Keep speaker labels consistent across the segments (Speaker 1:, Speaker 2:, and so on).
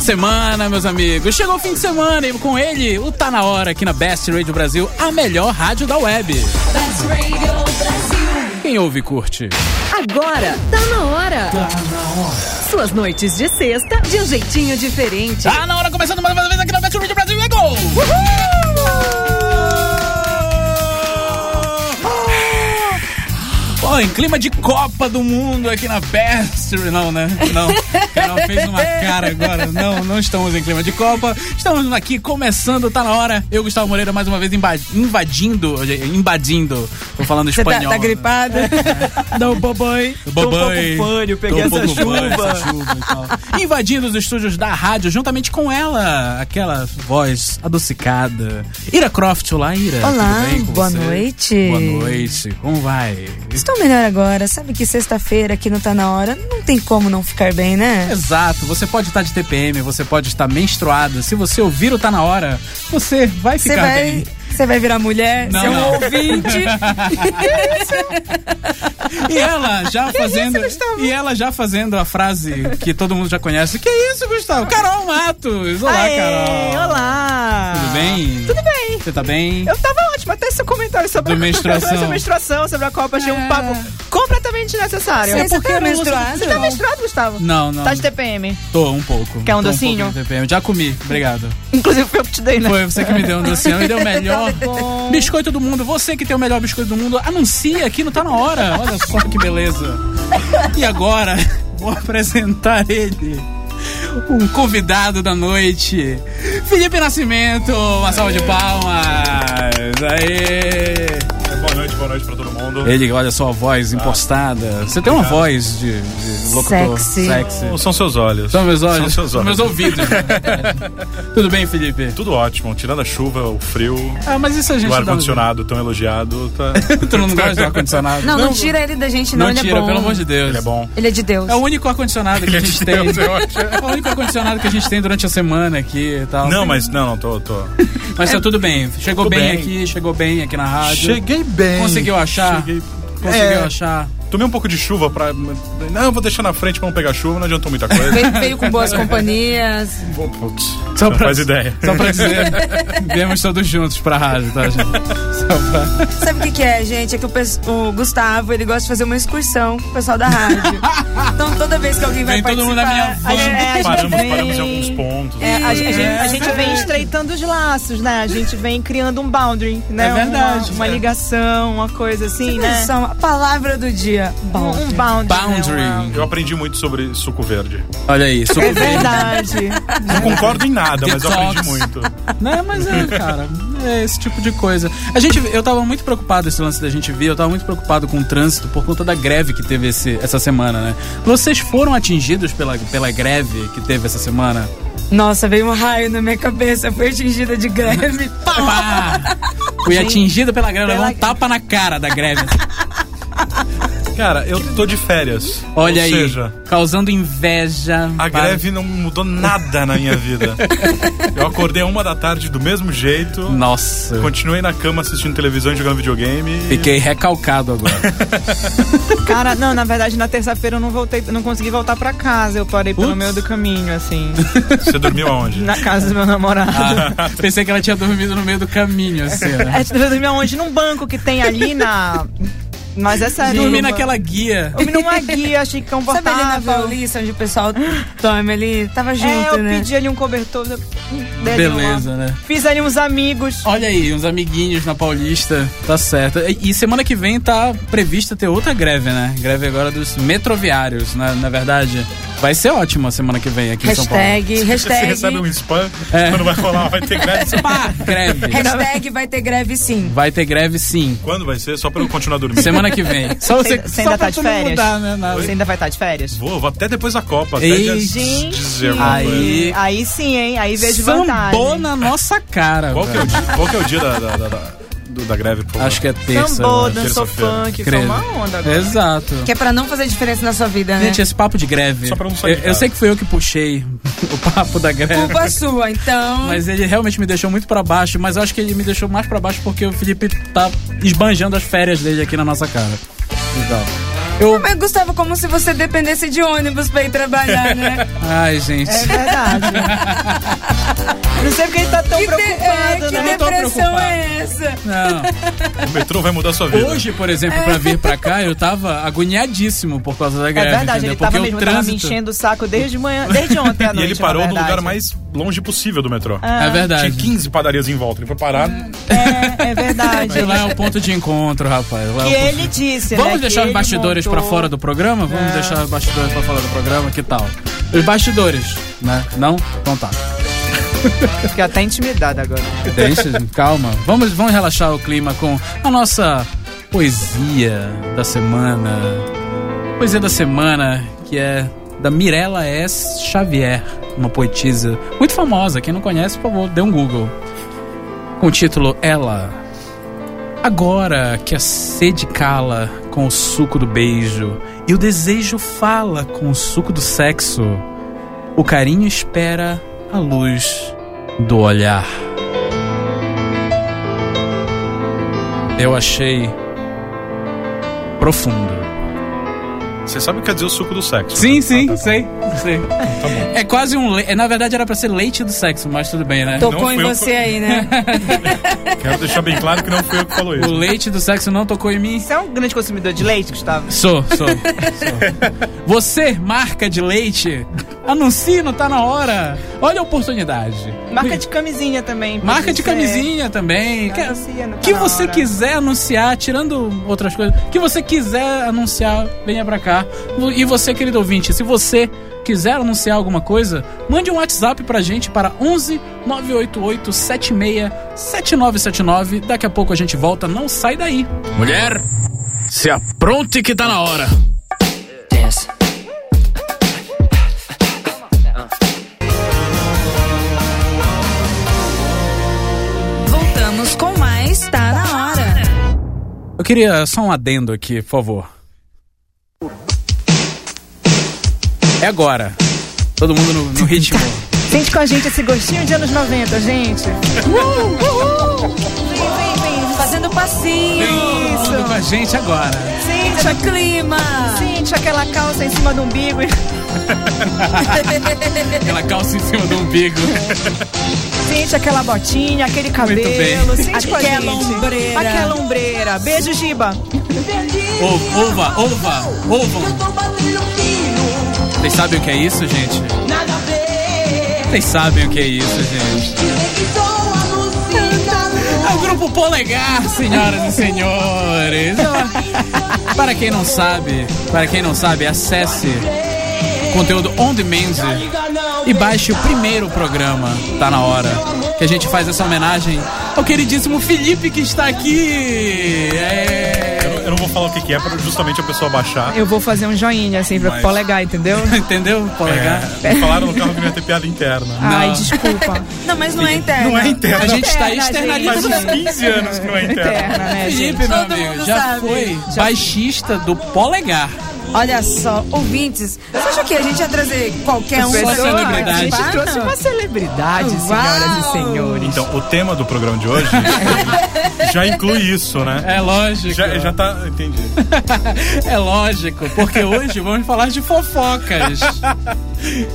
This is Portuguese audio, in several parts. Speaker 1: semana, meus amigos. Chegou o fim de semana e com ele, o Tá Na Hora aqui na Best Radio Brasil, a melhor rádio da web.
Speaker 2: Best Radio Brasil.
Speaker 1: Quem ouve, e curte.
Speaker 3: Agora tá na hora. Suas noites de sexta de um jeitinho diferente.
Speaker 1: Tá na hora, começando mais uma vez aqui na Best Radio Brasil. É gol! Ó, em clima de Copa do Mundo aqui na Best. Não, né? Não. Carol fez uma cara agora. Não, não estamos em clima de Copa. Estamos aqui começando, tá na hora. Eu, Gustavo Moreira, mais uma vez imba- invadindo. Invadindo. Tô falando
Speaker 4: Você tá,
Speaker 1: espanhol.
Speaker 4: tá
Speaker 1: né?
Speaker 4: gripada?
Speaker 1: um
Speaker 4: Não, boboi.
Speaker 1: Babai.
Speaker 5: Tô um pouco pânico, peguei
Speaker 1: Tô
Speaker 5: essa
Speaker 1: pouco
Speaker 5: chuva.
Speaker 1: pânico, essa chuva e tal. Invadindo os estúdios da rádio, juntamente com ela, aquela voz adocicada. Ira Croft, olá, Ira.
Speaker 4: Olá,
Speaker 1: Tudo bem com
Speaker 4: boa
Speaker 1: você?
Speaker 4: noite.
Speaker 1: Boa noite, como vai?
Speaker 4: Estou melhor agora. Sabe que sexta-feira aqui não tá na hora, não tem como não ficar bem,
Speaker 1: É,
Speaker 4: né?
Speaker 1: Exato, você pode estar de TPM, você pode estar menstruado. Se você ouvir o Tá Na Hora, você vai
Speaker 4: Você
Speaker 1: ficar
Speaker 4: vai,
Speaker 1: bem.
Speaker 4: você vai virar mulher,
Speaker 1: Não,
Speaker 4: ser um
Speaker 1: não.
Speaker 4: ouvinte.
Speaker 1: E ela já fazendo. e ela já fazendo a frase que todo mundo já conhece. Que isso, Gustavo? Carol Matos! Olá,
Speaker 5: Aê,
Speaker 1: Carol!
Speaker 5: Olá!
Speaker 1: Tudo bem?
Speaker 5: Tudo bem.
Speaker 1: Você tá bem?
Speaker 5: Ah, Eu tava ótimo, até seu comentário sobre
Speaker 1: Do menstruação. É.
Speaker 5: sobre a menstruação, sobre a Copa, achei um papo completamente necessário.
Speaker 4: Você tá
Speaker 1: eu não sou-
Speaker 4: menstruado?
Speaker 5: Você tá menstruado, Gustavo?
Speaker 1: Não, não.
Speaker 5: Tá de TPM.
Speaker 1: Tô um pouco.
Speaker 5: Quer um
Speaker 1: Tô
Speaker 5: docinho?
Speaker 1: pouco de TPM. Já comi, obrigado.
Speaker 5: Inclusive foi eu que te dei, né?
Speaker 1: Foi você que me deu um docinho, me deu o melhor
Speaker 5: Tá bom.
Speaker 1: biscoito do mundo. Você que tem o melhor biscoito do mundo, anuncia aqui, não tá na hora. Olha só que beleza. E agora, vou apresentar ele. Um convidado da noite, Felipe Nascimento. Uma salva de palmas. Aê!
Speaker 6: Boa noite, boa noite pra todo mundo.
Speaker 1: Ele, olha só a voz impostada. Você tem uma voz de, de locutor
Speaker 4: Sexy.
Speaker 6: Ou São seus olhos.
Speaker 1: São meus olhos.
Speaker 6: São seus
Speaker 1: São
Speaker 6: olhos.
Speaker 1: meus ouvidos. né? Tudo bem, Felipe?
Speaker 6: Tudo ótimo, tirando a chuva, o frio,
Speaker 1: Ah, mas isso a gente
Speaker 6: o
Speaker 1: dá-
Speaker 6: ar-condicionado tão elogiado, tá...
Speaker 1: Tu não gosta do ar-condicionado?
Speaker 4: Não, não, tira ele da gente, não.
Speaker 1: Não
Speaker 4: ele
Speaker 1: tira,
Speaker 4: é bom.
Speaker 1: pelo amor de Deus.
Speaker 6: ele é bom.
Speaker 4: Ele é de Deus.
Speaker 1: É o único ar-condicionado que a gente tem. É o único ar-condicionado que a gente tem durante a semana aqui e tal.
Speaker 6: Não, mas não, não, tô... tô.
Speaker 1: Mas tá tudo bem. Chegou
Speaker 6: Tudo
Speaker 1: bem,
Speaker 6: bem.
Speaker 1: aqui, chegou bem aqui na rádio.
Speaker 6: Cheguei bem.
Speaker 1: Conseguiu achar?
Speaker 6: Cheguei...
Speaker 1: Conseguiu
Speaker 6: É.
Speaker 1: achar?
Speaker 6: Tomei um pouco de chuva pra... Não, eu vou deixar na frente pra não pegar chuva, não adiantou muita coisa.
Speaker 4: Veio, veio com
Speaker 1: É.
Speaker 4: boas companhias.
Speaker 6: Vou- Putz,
Speaker 1: Só
Speaker 6: não
Speaker 1: pra-
Speaker 6: faz ideia.
Speaker 1: Só pra dizer, viemos todos juntos pra rádio, tá, gente? Só pra...
Speaker 4: Sabe o que, que é, gente? É que o, pes- o Gustavo, ele gosta de fazer uma excursão com o pessoal da rádio. Então toda vez que alguém vai
Speaker 1: Vem todo
Speaker 4: participar...
Speaker 1: mundo na minha
Speaker 4: a
Speaker 1: van.
Speaker 4: gente-
Speaker 5: É, a gente
Speaker 6: Paramos,
Speaker 5: vem-
Speaker 6: paramos em alguns pontos.
Speaker 5: É, a, gente- a gente, a
Speaker 1: É
Speaker 5: gente vem
Speaker 4: né?
Speaker 5: estreitando os laços, né? A gente vem criando um boundary, né?
Speaker 1: É verdade,
Speaker 5: Uma, uma
Speaker 1: é.
Speaker 5: ligação, uma coisa assim, né?
Speaker 4: Excursão, a palavra do dia.
Speaker 5: Um,
Speaker 4: Bom.
Speaker 5: um boundary.
Speaker 1: Boundary.
Speaker 5: né? Uma-
Speaker 6: Eu aprendi muito sobre suco verde.
Speaker 1: Olha aí, suco
Speaker 5: É verdade.
Speaker 1: É.
Speaker 6: Não concordo em nada, mas eu aprendi
Speaker 1: Detox.
Speaker 6: muito.
Speaker 1: Né, mas é, cara, é esse tipo de coisa. A gente, eu tava muito preocupado esse lance da gente vir, eu tava muito preocupado com o trânsito por conta da greve que teve esse- essa semana, né? Vocês foram atingidos pela, pela greve que teve essa semana?
Speaker 4: Nossa, veio um raio na minha cabeça. Fui atingida de greve.
Speaker 1: Pá! Fui atingida pela greve, levou um
Speaker 5: Pela-
Speaker 1: tapa na cara da greve.
Speaker 6: Cara, eu tô de férias.
Speaker 1: Olha
Speaker 6: Ou
Speaker 1: aí,
Speaker 6: seja,
Speaker 1: causando inveja. para-
Speaker 6: A greve não mudou nada na minha vida. Eu acordei uma da tarde do mesmo jeito,
Speaker 1: Nossa, eu
Speaker 6: continuei na cama assistindo televisão e jogando videogame. e-
Speaker 1: fiquei recalcado agora.
Speaker 5: Cara, não, na verdade, na terça-feira eu não voltei, não consegui voltar pra casa. Eu parei pelo
Speaker 1: Ups.
Speaker 5: meio do caminho, assim,
Speaker 6: Você dormiu aonde?
Speaker 5: na casa do meu namorado.
Speaker 1: Ah, Pensei que ela tinha dormido no meio do caminho, assim, né?
Speaker 5: É, eu dormi aonde? Num banco que tem ali na. Mas essa é.
Speaker 1: Dormi naquela guia.
Speaker 5: Dormi numa guia, achei é um
Speaker 4: Sabe ali na
Speaker 5: confortável.
Speaker 4: Paulista, onde o pessoal dorme ali? Tava
Speaker 5: é,
Speaker 4: junto,
Speaker 5: eu
Speaker 4: né?
Speaker 5: pedi ali um cobertor. dei ali uma-
Speaker 1: Beleza, né?
Speaker 5: Fiz ali uns amigos.
Speaker 1: Olha aí, uns amiguinhos na Paulista, tá certo. E, e semana que vem tá prevista ter outra greve, né? Greve agora dos metroviários, né? na verdade. Vai ser ótimo a semana que vem aqui em São Paulo.
Speaker 4: Hashtag,
Speaker 6: Você recebe um
Speaker 4: hashtag...
Speaker 6: spam,
Speaker 1: É.
Speaker 6: quando vai rolar, vai ter greve.
Speaker 1: Pá, greve.
Speaker 4: Hashtag vai ter greve sim.
Speaker 1: Vai ter greve sim.
Speaker 6: Quando vai ser? Só pra eu continuar dormindo.
Speaker 1: Semana que vem. Só você,
Speaker 5: Você- você
Speaker 1: só pra
Speaker 5: ainda tá de
Speaker 1: tu não
Speaker 5: férias?
Speaker 1: mudar, né? nada.
Speaker 5: Você ainda vai estar de férias?
Speaker 6: Vou, vou até depois da Copa, até
Speaker 1: Ei,
Speaker 6: dia
Speaker 5: gente.
Speaker 6: dizer alguma
Speaker 1: Aí.
Speaker 6: coisa.
Speaker 1: E-
Speaker 5: Aí sim, hein? Aí vejo vantagem.
Speaker 1: Sambou na nossa cara,
Speaker 6: Qual que é o
Speaker 1: velho.
Speaker 6: dia, qual que é o dia da, da, da, da- do- da greve, por favor?
Speaker 1: Acho que é terça.
Speaker 5: Sambou,
Speaker 1: eu acho.
Speaker 5: dançou
Speaker 6: terça-feira.
Speaker 5: funk. Foi
Speaker 1: Credo.
Speaker 5: uma onda agora.
Speaker 1: Exato.
Speaker 4: Que é pra não fazer diferença na sua
Speaker 5: É.
Speaker 4: vida, né?
Speaker 1: Gente, esse papo de greve.
Speaker 6: Só pra não sair
Speaker 1: eu,
Speaker 6: de
Speaker 1: eu
Speaker 6: casa.
Speaker 1: sei que foi eu que puxei o papo da greve.
Speaker 4: Culpa sua, então...
Speaker 1: Mas ele realmente me deixou muito pra baixo, mas eu acho que ele me deixou mais pra baixo porque o Felipe tá esbanjando as férias dele aqui na nossa cara. Então, Eu...
Speaker 4: Mas, Gustavo, como se você dependesse de ônibus pra ir trabalhar, né?
Speaker 1: Ai, gente.
Speaker 5: É verdade. Eu não sei porque ele tá tão
Speaker 4: Que, de- é,
Speaker 5: preocupado,
Speaker 4: que
Speaker 5: né?
Speaker 1: Eu tô
Speaker 4: depressão
Speaker 1: preocupado.
Speaker 4: é essa?
Speaker 1: Não.
Speaker 6: O metrô vai mudar sua vida.
Speaker 1: Hoje, por exemplo, pra vir pra cá, eu tava agoniadíssimo por causa da
Speaker 5: É
Speaker 1: greve.
Speaker 5: verdade,
Speaker 1: entendeu?
Speaker 5: ele tava
Speaker 1: Porque
Speaker 5: mesmo
Speaker 1: o
Speaker 5: tava me
Speaker 1: trânsito.
Speaker 5: enchendo o saco desde manhã, desde ontem à
Speaker 6: E
Speaker 5: noite.
Speaker 6: ele
Speaker 5: na
Speaker 6: parou no
Speaker 5: verdade.
Speaker 6: lugar mais longe possível do metrô.
Speaker 1: É
Speaker 6: Tinha
Speaker 1: verdade.
Speaker 6: 15 padarias em volta. Ele foi parar.
Speaker 5: É, é verdade.
Speaker 1: Mas lá é o ponto de encontro, rapaz. Lá é o
Speaker 5: Que
Speaker 1: ponto
Speaker 5: ele disse, né?
Speaker 1: Vamos
Speaker 5: que
Speaker 1: deixar os
Speaker 5: ele É.
Speaker 1: bastidores
Speaker 5: montou-
Speaker 1: pra fora do programa? Vamos
Speaker 5: Não.
Speaker 1: deixar os bastidores pra fora do programa, que tal? Os bastidores, né? Não? Então tá.
Speaker 5: Fiquei até intimidada agora.
Speaker 1: Deixa, É calma. Vamos, vamos relaxar o clima com a nossa poesia da semana. Poesia da semana, que é da Mirella S. Xavier, uma poetisa muito famosa. Quem não conhece, por favor, dê um Google. Com o título Ela. Agora que a sede cala com o suco do beijo e o desejo fala com o suco do sexo, o carinho espera a luz do olhar. Eu achei profundo.
Speaker 6: Você sabe o que quer dizer o suco do sexo?
Speaker 1: Sim,
Speaker 6: né?
Speaker 1: sim,
Speaker 6: Ah, tá.
Speaker 1: sei, sei. É quase um leite. Na verdade era pra ser leite do sexo, mas tudo bem, né?
Speaker 4: Tocou
Speaker 6: Não
Speaker 4: em
Speaker 6: fui eu que
Speaker 4: você aí, né?
Speaker 6: Quero deixar bem claro que não fui eu que falou
Speaker 1: O
Speaker 6: isso.
Speaker 1: leite do sexo não tocou em mim.
Speaker 5: Você é um grande consumidor de leite, Gustavo?
Speaker 1: Sou, sou. sou. Você, marca de leite, anuncie, não tá na hora. Olha a oportunidade.
Speaker 5: Marca de camisinha também. pode
Speaker 1: Marca de
Speaker 5: ser.
Speaker 1: camisinha também. Que-
Speaker 5: Anuncia, não tá
Speaker 1: que
Speaker 5: na
Speaker 1: você
Speaker 5: hora.
Speaker 1: quiser anunciar, tirando outras coisas, que você quiser anunciar, venha pra cá. E você, querido ouvinte, se você quiser anunciar alguma coisa, mande um WhatsApp pra gente para 11 988 76 7979. Daqui a pouco a gente volta, não sai daí. Mulher, se apronte que tá na hora.
Speaker 7: dance.
Speaker 4: Voltamos com mais Tá Na Hora.
Speaker 1: Eu queria só um adendo aqui, por favor. É agora. Todo mundo no, no ritmo.
Speaker 5: Sente com a gente esse gostinho de anos 90, gente.
Speaker 4: Fazendo passinho.
Speaker 1: Tudo com a gente agora.
Speaker 5: Sente,
Speaker 4: Deixa
Speaker 5: a-
Speaker 4: clima.
Speaker 5: sente aquela calça em cima do umbigo.
Speaker 1: Aquela calça em cima do umbigo.
Speaker 5: Sente aquela botinha, aquele cabelo.
Speaker 1: bem.
Speaker 5: Sente com a
Speaker 4: Aquela
Speaker 5: gente.
Speaker 4: ombreira.
Speaker 5: Aquela ombreira. Beijo, Giba.
Speaker 1: Ovo, ova, ova, ovo. Vocês sabem o que é isso, gente? Vocês sabem o que é isso, gente? É o grupo Polegar, senhoras e senhores. Então, Para quem não sabe, para quem não sabe, acesse o conteúdo on demand e baixe o primeiro programa, tá na hora, que a gente faz essa homenagem ao queridíssimo Felipe que está aqui. É.
Speaker 6: Eu não vou falar o que que é pra justamente a pessoa baixar.
Speaker 5: Eu vou fazer um joinha assim pra
Speaker 6: Mas-
Speaker 5: polegar, entendeu?
Speaker 1: Entendeu? Polegar.
Speaker 6: É, me falaram no carro que não ia ter piada interna.
Speaker 5: Ai, desculpa.
Speaker 4: Não, mas não é interno.
Speaker 6: Não é
Speaker 1: A
Speaker 6: interna.
Speaker 1: gente está
Speaker 5: Interna,
Speaker 6: Faz
Speaker 1: externalizando.
Speaker 6: uns 15 anos que não é interna.
Speaker 5: Interna, né, gente?
Speaker 1: Felipe, meu
Speaker 4: Todo
Speaker 1: amigo,
Speaker 4: mundo
Speaker 1: já
Speaker 4: sabe.
Speaker 1: foi baixista do Polegar.
Speaker 4: Olha só, ouvintes, você acha que a gente ia trazer qualquer um?
Speaker 1: Só
Speaker 4: pra
Speaker 1: celebridade.
Speaker 5: A gente
Speaker 4: participar?
Speaker 5: trouxe
Speaker 4: Não.
Speaker 5: uma celebridade, senhoras e
Speaker 4: Uau!
Speaker 5: senhores.
Speaker 6: Então, o tema do programa de hoje já inclui isso, né?
Speaker 1: É lógico.
Speaker 6: Já, já tá. Entendi.
Speaker 1: É lógico, porque hoje vamos falar de fofocas.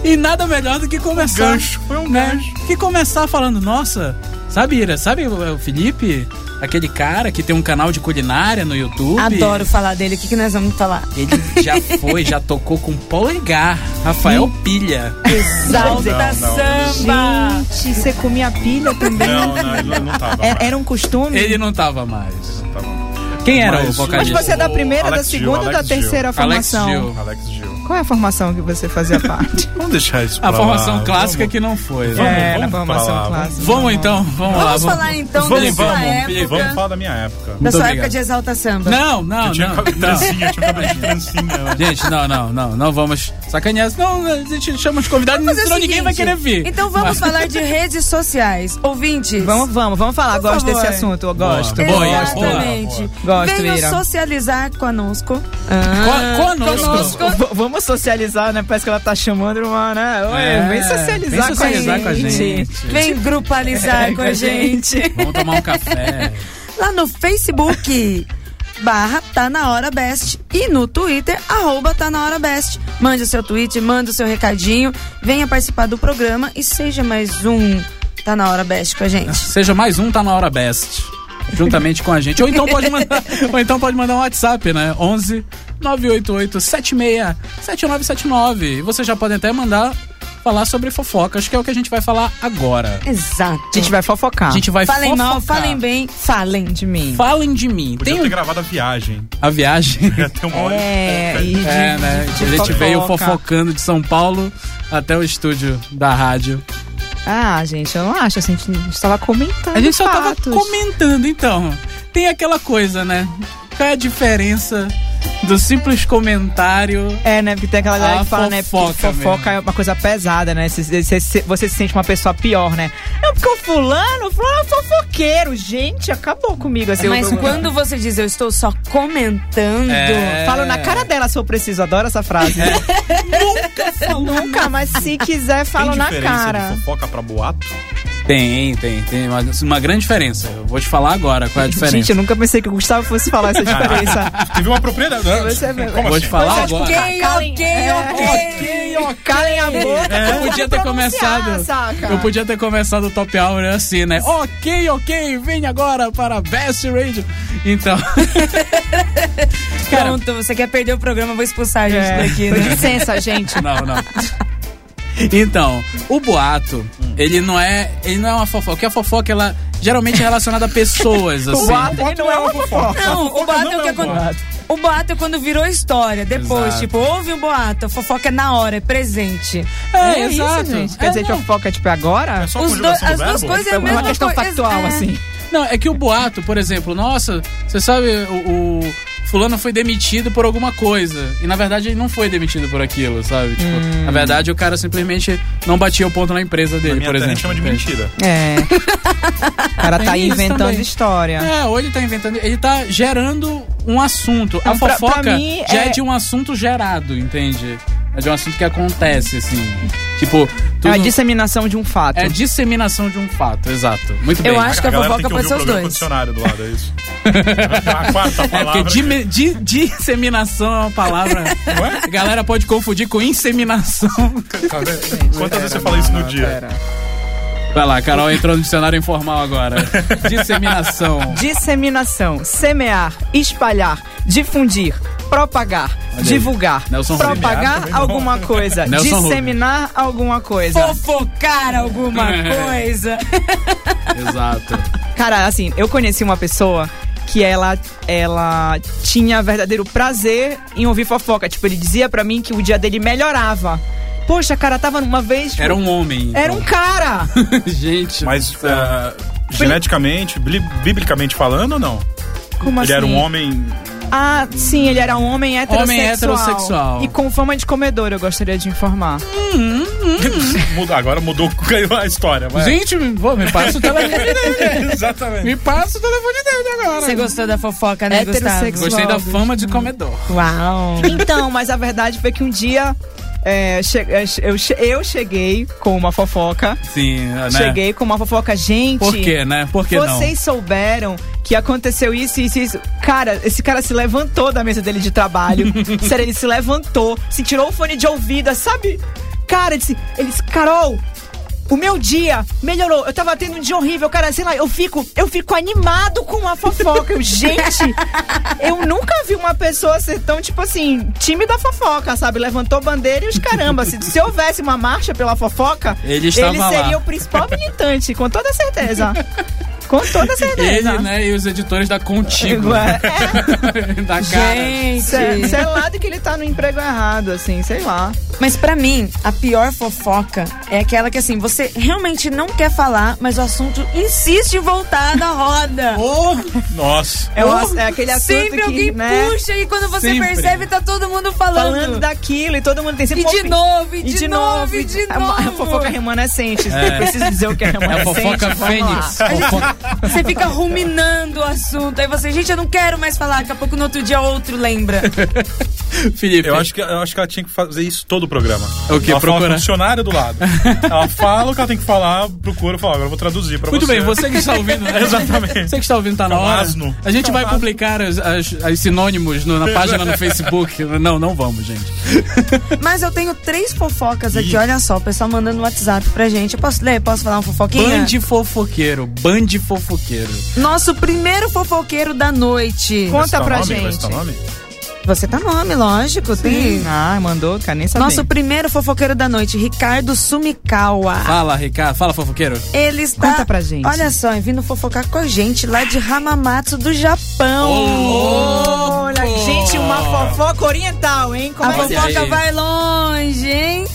Speaker 1: E nada melhor do que começar.
Speaker 6: gancho, foi um
Speaker 1: né?
Speaker 6: gancho.
Speaker 1: Que começar falando, nossa, sabe, Ira, sabe o o Felipe? Aquele cara que tem um canal de culinária no YouTube.
Speaker 4: Adoro falar dele, o que, que nós vamos falar?
Speaker 1: Ele já foi, já tocou com polegar. Rafael Pilha.
Speaker 4: Exalta
Speaker 6: Não, não, não.
Speaker 4: samba!
Speaker 5: Gente, você comia pilha também?
Speaker 6: Não, não, ele não tava. Tá
Speaker 5: Era, era um costume?
Speaker 1: Ele não tava mais.
Speaker 6: Não tava.
Speaker 1: Quem era
Speaker 6: Mas-
Speaker 1: o
Speaker 5: Mas
Speaker 1: vocalista?
Speaker 5: você é da
Speaker 6: O
Speaker 5: primeira, da
Speaker 6: Alex Gil,
Speaker 5: segunda ou da
Speaker 6: Alex Gil.
Speaker 5: terceira
Speaker 1: Alex
Speaker 5: formação?
Speaker 1: Gil.
Speaker 6: Alex Gil.
Speaker 5: Qual é a formação que você fazia parte?
Speaker 6: Vamos deixar isso pra
Speaker 1: A
Speaker 6: lá.
Speaker 1: formação clássica
Speaker 6: Vamos-
Speaker 1: que não foi. né?
Speaker 6: Vamos,
Speaker 5: é,
Speaker 6: vamos
Speaker 5: na
Speaker 6: pra
Speaker 5: formação
Speaker 6: lá, vamos.
Speaker 5: clássica.
Speaker 1: Vamos então, vamos lá.
Speaker 4: Vamos falar então
Speaker 1: Vamos,
Speaker 4: da sua
Speaker 1: vamos,
Speaker 4: época.
Speaker 1: Felipe,
Speaker 6: Vamos falar da minha época.
Speaker 4: Da
Speaker 1: Muito
Speaker 4: sua
Speaker 1: obrigado.
Speaker 4: época de exalta samba.
Speaker 1: Não, não,
Speaker 6: Eu tinha
Speaker 1: não.
Speaker 6: cabelo de
Speaker 1: não.
Speaker 6: trancinha, eu tinha um cabelo de trancinha. né?
Speaker 1: Gente, não, não, não, não vamos sacanear. Não, a gente chama os convidados,
Speaker 4: Vamos
Speaker 1: senão
Speaker 4: fazer o
Speaker 1: ninguém vai
Speaker 4: seguinte,
Speaker 1: querer vir.
Speaker 4: Então vamos
Speaker 1: Mas-
Speaker 4: falar de redes sociais. Ouvintes.
Speaker 5: Vamos, vamos, vamos falar.
Speaker 4: Por
Speaker 5: gosto
Speaker 4: favor.
Speaker 5: desse assunto, eu
Speaker 1: Boa,
Speaker 5: gosto.
Speaker 1: boa,
Speaker 5: gosto.
Speaker 1: boa,
Speaker 4: Exatamente.
Speaker 5: boa. Gosto,
Speaker 4: Venham
Speaker 5: Ira.
Speaker 4: socializar conosco.
Speaker 1: Co- conosco.
Speaker 5: V- Vamos socializar, né? Parece que ela tá chamando uma, né? Oi,
Speaker 1: É,
Speaker 5: vem socializar,
Speaker 1: vem socializar
Speaker 5: com a gente.
Speaker 4: Vem grupalizar com a gente.
Speaker 1: Vamos tomar um café.
Speaker 4: Lá no Facebook. barra tá na hora best e no Twitter, arroba tá na hora best. Mande o seu tweet, mande o seu recadinho, venha participar do programa e seja mais um tá na hora best com a gente.
Speaker 1: Seja mais um, tá na hora best. Juntamente com a gente. Ou então pode mandar, ou então pode mandar um WhatsApp, né? 11 988 76 7979. E você já pode até mandar falar sobre fofocas, que é o que a gente vai falar agora.
Speaker 4: Exato.
Speaker 5: A gente vai fofocar.
Speaker 1: A gente vai
Speaker 4: falem
Speaker 1: fofocar.
Speaker 4: mal, falem bem.
Speaker 5: falem de
Speaker 4: É.
Speaker 5: mim.
Speaker 1: Falem de mim.
Speaker 6: Podia
Speaker 1: Tem
Speaker 6: ter
Speaker 1: um-
Speaker 6: gravado a viagem.
Speaker 1: a viagem.
Speaker 6: Ia ter um uma hora.
Speaker 5: É, e de,
Speaker 1: É, né?
Speaker 5: de-
Speaker 1: A
Speaker 5: de
Speaker 1: gente veio
Speaker 5: fofoca.
Speaker 1: fofocando de São Paulo até o estúdio da rádio.
Speaker 5: Ah, gente, eu não acho. Assim, a gente estava comentando.
Speaker 1: A gente só tava
Speaker 5: fatos.
Speaker 1: comentando, então. Tem aquela coisa, né? Qual é a diferença do simples comentário?
Speaker 5: É, né? Porque tem aquela galera
Speaker 1: A
Speaker 5: que fala, né?
Speaker 1: Ah,
Speaker 5: Porque
Speaker 1: fofoca
Speaker 5: fofoca é uma coisa pesada, né? Você, você- você- você se sente uma pessoa pior, né? Não, porque o fulano, o fulano é um fofoqueiro. Gente, acabou comigo. Assim,
Speaker 4: Mas
Speaker 5: eu, eu-
Speaker 4: quando você diz eu estou só comentando,
Speaker 1: É.
Speaker 5: Falo na cara dela se eu preciso, adoro essa frase. Nunca falou. Nunca, mas se quiser, falo
Speaker 6: Tem
Speaker 5: na
Speaker 6: diferença
Speaker 5: cara.
Speaker 6: de fofoca pra boato?
Speaker 1: Tem, tem, tem uma, uma grande diferença. Eu vou te falar agora qual é a diferença.
Speaker 5: Gente, eu nunca pensei que o Gustavo fosse falar essa diferença.
Speaker 6: Teve uma propriedade.
Speaker 4: é
Speaker 5: Você mesmo.
Speaker 6: Como
Speaker 1: vou
Speaker 6: assim?
Speaker 1: te falar
Speaker 5: Você acha
Speaker 1: agora.
Speaker 4: ok, ok, ok.
Speaker 5: Calem a boca.
Speaker 1: Eu podia ter começado.
Speaker 5: saca?
Speaker 1: Eu podia ter começado o top hour assim, né? Ok, ok, vem agora para Best Radio. Então. Cara,
Speaker 4: Pronto, você quer perder o programa, eu vou expulsar a gente
Speaker 5: É.
Speaker 4: daqui, né?
Speaker 5: Licença, gente.
Speaker 1: Não, não. Então, o boato, ele não é, ele não é uma fofoca. Porque a fofoca ela geralmente é relacionada a pessoas, assim.
Speaker 5: O boato ele não é uma fofoca.
Speaker 4: Não, o boato é o que acontece. O boato é quando virou história. Depois,
Speaker 1: Exato.
Speaker 4: tipo, houve um boato, a fofoca é na hora, é presente.
Speaker 5: É, exato. Quer
Speaker 1: É,
Speaker 5: dizer que a
Speaker 1: não.
Speaker 5: fofoca é tipo agora?
Speaker 6: É só
Speaker 4: Os dois-
Speaker 6: conjugação do
Speaker 4: as duas
Speaker 6: verbo?
Speaker 4: coisas é
Speaker 5: É
Speaker 4: a mesma
Speaker 5: uma questão
Speaker 4: coisa,
Speaker 5: factual,
Speaker 4: é.
Speaker 5: assim.
Speaker 1: Não, é que o boato, por exemplo, nossa, você sabe, o, o fulano foi demitido por alguma coisa. E na verdade ele não foi demitido por aquilo, sabe? Tipo,
Speaker 5: Hum.
Speaker 1: na verdade o cara simplesmente não batia o ponto na empresa
Speaker 6: Na
Speaker 1: dele,
Speaker 6: minha
Speaker 1: por
Speaker 6: terra a gente
Speaker 1: exemplo.
Speaker 6: chama de
Speaker 1: Entende?
Speaker 6: mentira.
Speaker 5: É. O cara tá
Speaker 1: Tem É isso
Speaker 5: inventando
Speaker 1: também.
Speaker 5: história.
Speaker 1: É, ou ele tá inventando, ele tá gerando um assunto. a
Speaker 5: Então, pra-
Speaker 1: fofoca
Speaker 5: pra mim,
Speaker 1: já é...
Speaker 5: é-
Speaker 1: de um assunto gerado, entende? É de um assunto que acontece, assim. Tipo,
Speaker 5: É
Speaker 1: tudo...
Speaker 5: a disseminação de um fato.
Speaker 1: é disseminação de um fato, exato. Muito bem.
Speaker 4: Eu acho que a
Speaker 6: galera
Speaker 4: fofoca
Speaker 6: tem que
Speaker 4: pode
Speaker 6: ouvir
Speaker 4: ser
Speaker 6: o
Speaker 4: os
Speaker 6: programa com o
Speaker 4: dois.
Speaker 6: dicionário do lado, é isso. a quarta
Speaker 1: É,
Speaker 6: palavra.
Speaker 1: porque dime- di- disseminação é uma palavra.
Speaker 6: é?
Speaker 1: A galera pode confundir com inseminação.
Speaker 6: Tá vendo? Quantas vezes você fala isso no dia?
Speaker 1: Vai lá, Carol entrou no dicionário informal agora. Disseminação.
Speaker 5: Disseminação, semear, espalhar, difundir, propagar, divulgar,
Speaker 1: Nelson Rubens.
Speaker 5: propagar
Speaker 6: Também não.
Speaker 5: alguma coisa,
Speaker 1: Nelson Rubens.
Speaker 5: disseminar alguma coisa.
Speaker 4: Fofocar alguma
Speaker 1: É.
Speaker 4: coisa.
Speaker 1: Exato.
Speaker 5: Cara, assim, eu conheci uma pessoa que ela, ela tinha verdadeiro prazer em ouvir fofoca. Tipo, ele dizia pra mim que o dia dele melhorava. Poxa, cara, tava numa vez. tipo,
Speaker 1: Era um homem. então.
Speaker 5: era um cara!
Speaker 1: Gente.
Speaker 6: Mas ah, geneticamente, bli- biblicamente falando ou não?
Speaker 5: Como
Speaker 6: Ele era um
Speaker 5: assim?
Speaker 6: homem.
Speaker 5: Ah, sim, ele era um homem heterossexual.
Speaker 1: heterossexual.
Speaker 5: E com fama de comedor, eu gostaria de informar.
Speaker 6: Muda- agora mudou a história. Mas... é.
Speaker 1: Gente, me- pô, me passa o telefone dele.
Speaker 6: Exatamente.
Speaker 1: Me passa o telefone dele agora.
Speaker 4: Você gostou da fofoca, né, Gustavo?
Speaker 5: Heterossexual.
Speaker 1: Gostei da fama de comedor.
Speaker 4: Uau.
Speaker 5: Então, mas a verdade foi que um dia é, che- é, che- eu, che- eu cheguei com uma fofoca.
Speaker 1: Sim, né?
Speaker 5: Cheguei com uma fofoca, gente.
Speaker 1: Por quê, né? Por que não?
Speaker 5: vocês souberam que aconteceu isso, isso, isso. Cara, esse cara se levantou da mesa dele de trabalho. Sério, ele se levantou, se tirou o fone de ouvido, sabe? Cara, ele disse, ele disse, Carol, o meu dia melhorou. Eu tava tendo um dia horrível, cara, sei lá, eu fico, eu fico animado com a fofoca. Eu, gente, eu nunca vi uma pessoa ser tão, tipo assim, time da fofoca, sabe? Levantou bandeira e os caramba. Se, se houvesse uma marcha pela fofoca,
Speaker 1: Ele estava
Speaker 5: ele
Speaker 1: lá.
Speaker 5: seria o principal militante, com toda certeza. Com toda certeza.
Speaker 1: Ele, né, e os editores da Contigo.
Speaker 5: Ué,
Speaker 1: da cara.
Speaker 4: Gente.
Speaker 5: É, sei lá de que ele tá no emprego errado, assim, sei lá.
Speaker 4: Mas pra mim, a pior fofoca é aquela que assim, você realmente não quer falar, mas o assunto insiste em voltar na roda.
Speaker 6: Nossa.
Speaker 5: É, o- é aquele assunto
Speaker 4: Sempre
Speaker 5: que,
Speaker 4: alguém
Speaker 5: né,
Speaker 4: puxa e quando você
Speaker 1: Sempre.
Speaker 4: percebe tá todo mundo falando.
Speaker 5: falando daquilo e todo mundo tem
Speaker 4: E
Speaker 5: sempre
Speaker 4: de
Speaker 5: uma opi-
Speaker 4: novo, e
Speaker 5: E de novo,
Speaker 4: e de
Speaker 5: É uma- é uma
Speaker 4: novo.
Speaker 5: fofoca remanescente.
Speaker 1: É.
Speaker 5: Preciso dizer o que é
Speaker 1: É a
Speaker 5: remanescente.
Speaker 1: fofoca
Speaker 5: vamos lá.
Speaker 1: Fênix. Fofoca
Speaker 4: Você fica ruminando o assunto. Aí você, gente, eu não quero mais falar. Daqui a pouco, no outro dia, outro lembra.
Speaker 1: Felipe.
Speaker 6: Eu acho, que, eu acho que ela tinha que fazer isso todo o programa.
Speaker 1: O quê?
Speaker 6: Ela fala com
Speaker 1: Procurar?
Speaker 6: o dicionário do lado. ela fala o que ela tem que falar, procura, fala, agora eu vou traduzir pra
Speaker 1: Muito
Speaker 6: você.
Speaker 1: bem, você que está ouvindo. né?
Speaker 6: Exatamente.
Speaker 1: Você que está ouvindo, tá na
Speaker 6: É um
Speaker 1: hora.
Speaker 6: asno.
Speaker 1: A
Speaker 5: Então,
Speaker 1: gente vai publicar as, as- as sinônimos no- na página no Facebook. Não, não vamos, gente.
Speaker 4: Mas eu tenho três fofocas aqui, olha só. O pessoal mandando no WhatsApp pra gente. Eu posso ler? Posso falar um
Speaker 5: é?
Speaker 4: fofoquinha?
Speaker 1: Bande fofoqueiro, bande fofoqueiro.
Speaker 4: Nosso primeiro fofoqueiro da noite.
Speaker 5: Conta
Speaker 6: Vai citar
Speaker 5: pra
Speaker 6: nome? Vai
Speaker 5: gente.
Speaker 6: citar nome?
Speaker 4: Você tá nome, lógico. Tem.
Speaker 5: Ah, mandou, cara, nem sabia.
Speaker 4: Nosso primeiro fofoqueiro da noite, Ricardo Sumikawa.
Speaker 1: Fala, Ricardo. Fala, fofoqueiro.
Speaker 4: Ele está.
Speaker 5: Conta pra gente.
Speaker 4: Olha só, é vindo fofocar com a gente lá de Hamamatsu do Japão.
Speaker 5: Olha, gente, uma fofoca oriental, hein? Como
Speaker 4: A
Speaker 5: é que é?
Speaker 1: Olha
Speaker 4: fofoca
Speaker 1: Ah, aí.
Speaker 4: vai longe, hein?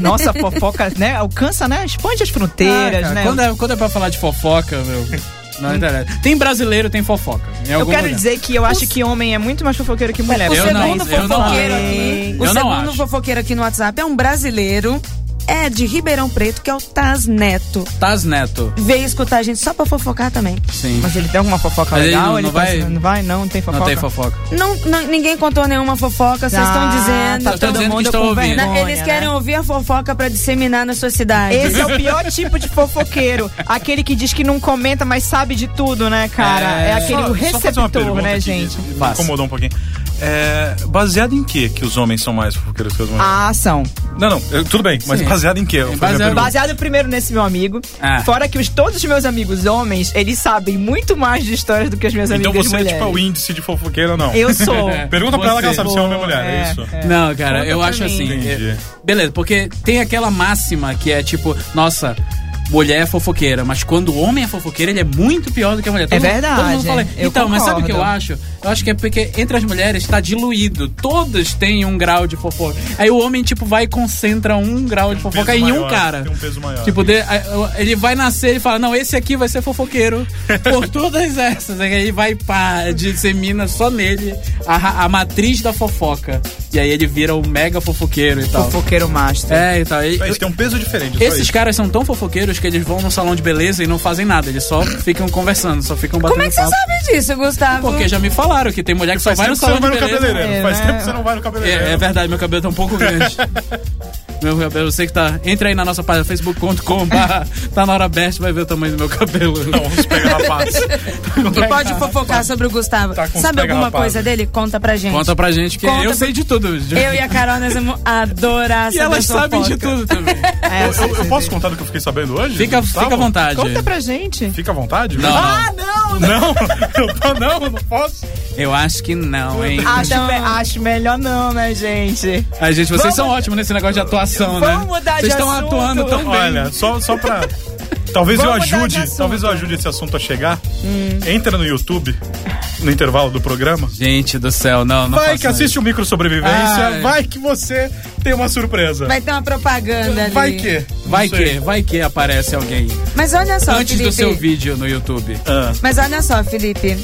Speaker 5: Nossa, fofoca, né? Alcança, né? Expande as
Speaker 1: Ah,
Speaker 5: fronteiras,
Speaker 1: cara,
Speaker 5: né?
Speaker 1: Quando é, quando é pra falar de fofoca, meu. Não interessa. Tem brasileiro, tem fofoca. Em
Speaker 5: Eu
Speaker 1: algum
Speaker 5: quero
Speaker 1: lugar.
Speaker 5: dizer que eu acho que homem é muito mais fofoqueiro que mulher.
Speaker 4: O
Speaker 1: Eu
Speaker 5: porque-
Speaker 1: não,
Speaker 4: segundo
Speaker 1: eu não
Speaker 4: fofoqueiro
Speaker 1: acho.
Speaker 4: aqui. O
Speaker 1: Eu não
Speaker 4: segundo
Speaker 1: acho.
Speaker 4: fofoqueiro aqui no WhatsApp é um brasileiro. É de Ribeirão Preto, que é o Taz Neto.
Speaker 1: Taz Neto.
Speaker 4: Veio escutar a gente só pra fofocar também.
Speaker 1: Sim.
Speaker 5: Mas ele tem alguma fofoca
Speaker 1: Mas ele
Speaker 5: legal?
Speaker 1: não- não
Speaker 5: tá-
Speaker 1: vai-
Speaker 5: não vai, não, não tem fofoca.
Speaker 1: Não tem fofoca.
Speaker 4: Não, não- ninguém contou nenhuma fofoca, vocês estão
Speaker 5: Ah,
Speaker 4: dizendo.
Speaker 5: tá
Speaker 1: Estão
Speaker 5: todo
Speaker 1: dizendo que
Speaker 5: mundo
Speaker 1: estão
Speaker 5: com
Speaker 1: ouvindo.
Speaker 5: vergonha,
Speaker 4: Na- Eles
Speaker 5: né?
Speaker 4: querem um ouvir a fofoca pra disseminar na sua cidade.
Speaker 5: Esse é o pior tipo de fofoqueiro. Aquele que diz que não comenta, mas sabe de tudo, né, cara?
Speaker 1: É.
Speaker 5: É, aquele
Speaker 6: Só- só fazer uma
Speaker 5: receptor,
Speaker 6: pergunta
Speaker 5: né,
Speaker 6: que
Speaker 5: gente?
Speaker 6: me
Speaker 1: Faça.
Speaker 6: Incomodou um pouquinho. É, baseado em que que os homens são mais fofoqueiros que as mulheres?
Speaker 5: A ação.
Speaker 6: Não, não, eu- tudo bem, mas
Speaker 1: Ah. Sim.
Speaker 6: baseado em que? Eu
Speaker 1: Sim,
Speaker 6: fazia a
Speaker 1: baseado-
Speaker 6: pergunta.
Speaker 5: Baseado primeiro nesse meu amigo.
Speaker 1: Ah.
Speaker 5: Fora que os, todos os meus amigos homens, eles sabem muito mais de histórias do que as minhas
Speaker 6: Então
Speaker 5: amigas
Speaker 6: você é
Speaker 5: mulheres.
Speaker 6: tipo o índice de fofoqueiro ou não?
Speaker 5: Eu sou.
Speaker 6: Pergunta pra ela que ela
Speaker 1: Você.
Speaker 6: sabe se é homem ou mulher, é,
Speaker 5: É,
Speaker 6: isso?
Speaker 5: é.
Speaker 1: Não, cara,
Speaker 5: Conta
Speaker 1: eu
Speaker 5: pra
Speaker 1: acho
Speaker 5: mim.
Speaker 1: assim.
Speaker 6: Entendi.
Speaker 1: é- beleza, porque tem aquela máxima que é tipo, nossa. Mulher é fofoqueira, mas quando o homem é fofoqueiro, ele é muito pior do que a mulher. mundo-
Speaker 5: verdade,
Speaker 1: Todo mundo fala,
Speaker 5: eu
Speaker 1: então, mas sabe o que eu
Speaker 5: concordo.
Speaker 1: acho? Eu acho que é porque entre as mulheres tá diluído. Todas têm um grau de fofoca. Aí o homem, tipo, vai e concentra um grau de fofoca em
Speaker 6: peso
Speaker 1: um
Speaker 6: maior,
Speaker 1: cara.
Speaker 6: tem um peso maior.
Speaker 1: Tipo, de- a- ele vai nascer e fala, não, esse aqui vai ser fofoqueiro. por todas essas. Aí ele vai, pá, dissemina só nele a, ra- a matriz da fofoca. E aí ele vira o mega fofoqueiro e tal.
Speaker 5: Fofoqueiro master.
Speaker 1: É, e tal. E-
Speaker 6: É isso, tem um peso diferente. só
Speaker 1: esses
Speaker 6: isso.
Speaker 1: caras são tão fofoqueiros que eles vão no salão de beleza e não fazem nada. Eles só ficam conversando, só ficam batendo
Speaker 4: Como é que você
Speaker 1: papo.
Speaker 4: sabe disso, Gustavo?
Speaker 1: Porque já me falaram que tem mulher que só
Speaker 6: Faz
Speaker 1: vai
Speaker 6: tempo
Speaker 1: no
Speaker 6: que você não
Speaker 1: salão de
Speaker 6: vai no
Speaker 1: beleza.
Speaker 6: cabeleireiro.
Speaker 5: É,
Speaker 6: Faz
Speaker 5: né?
Speaker 6: tempo que você não vai no cabeleireiro.
Speaker 1: É, é verdade, meu cabelo tá um pouco grande. meu cabelo, você que tá. Entra aí na nossa página facebook.com. barra Tá na hora best, vai ver o tamanho do meu cabelo.
Speaker 6: Não, vamos pegar rapaz.
Speaker 1: tá
Speaker 4: E pode fofocar sobre o Gustavo.
Speaker 6: Tá com os
Speaker 4: Sabe alguma
Speaker 6: pega-rapazes.
Speaker 4: coisa dele? Conta pra gente.
Speaker 1: Conta pra gente que
Speaker 4: Conta
Speaker 1: eu
Speaker 4: pra-
Speaker 1: sei de tudo.
Speaker 4: Eu e a Carol, nós vamos adorar
Speaker 1: E
Speaker 4: saber
Speaker 1: elas sabem de
Speaker 4: fofoca.
Speaker 1: tudo também.
Speaker 5: É,
Speaker 6: Eu, eu- eu posso contar do que eu fiquei sabendo hoje?
Speaker 1: Fica,
Speaker 6: Gustavo?
Speaker 1: fica à vontade.
Speaker 5: Conta pra gente.
Speaker 6: Fica à vontade?
Speaker 1: Não,
Speaker 5: Ah, não!
Speaker 6: Não, eu tô- não, eu não posso.
Speaker 1: Eu acho que não, hein?
Speaker 5: Acho, me- acho melhor não, né, gente?
Speaker 1: Ai, gente, vocês
Speaker 5: Vamos-
Speaker 1: são ótimos nesse negócio de atuação, né?
Speaker 5: Vamos mudar de
Speaker 1: Vocês estão
Speaker 5: assunto.
Speaker 1: atuando tão bem.
Speaker 6: Olha, só, só pra. Talvez eu
Speaker 5: Vamos mudar de
Speaker 6: ajude,
Speaker 5: assunto.
Speaker 6: talvez eu ajude esse assunto a chegar.
Speaker 1: Hum.
Speaker 6: Entra no YouTube, no intervalo do programa.
Speaker 1: Gente do céu, não, não
Speaker 6: Vai
Speaker 1: façam
Speaker 6: que assiste o Micro Sobrevivência,
Speaker 1: Ai.
Speaker 6: vai que você tem uma surpresa.
Speaker 4: Vai ter uma propaganda ali.
Speaker 6: Vai que.
Speaker 1: isso. Vai
Speaker 6: Não
Speaker 1: que,
Speaker 6: sei.
Speaker 1: vai que aparece alguém
Speaker 4: Mas olha só,
Speaker 1: antes
Speaker 4: Felipe.
Speaker 1: do seu vídeo no YouTube.
Speaker 6: Ah,
Speaker 4: Mas olha só, Felipe.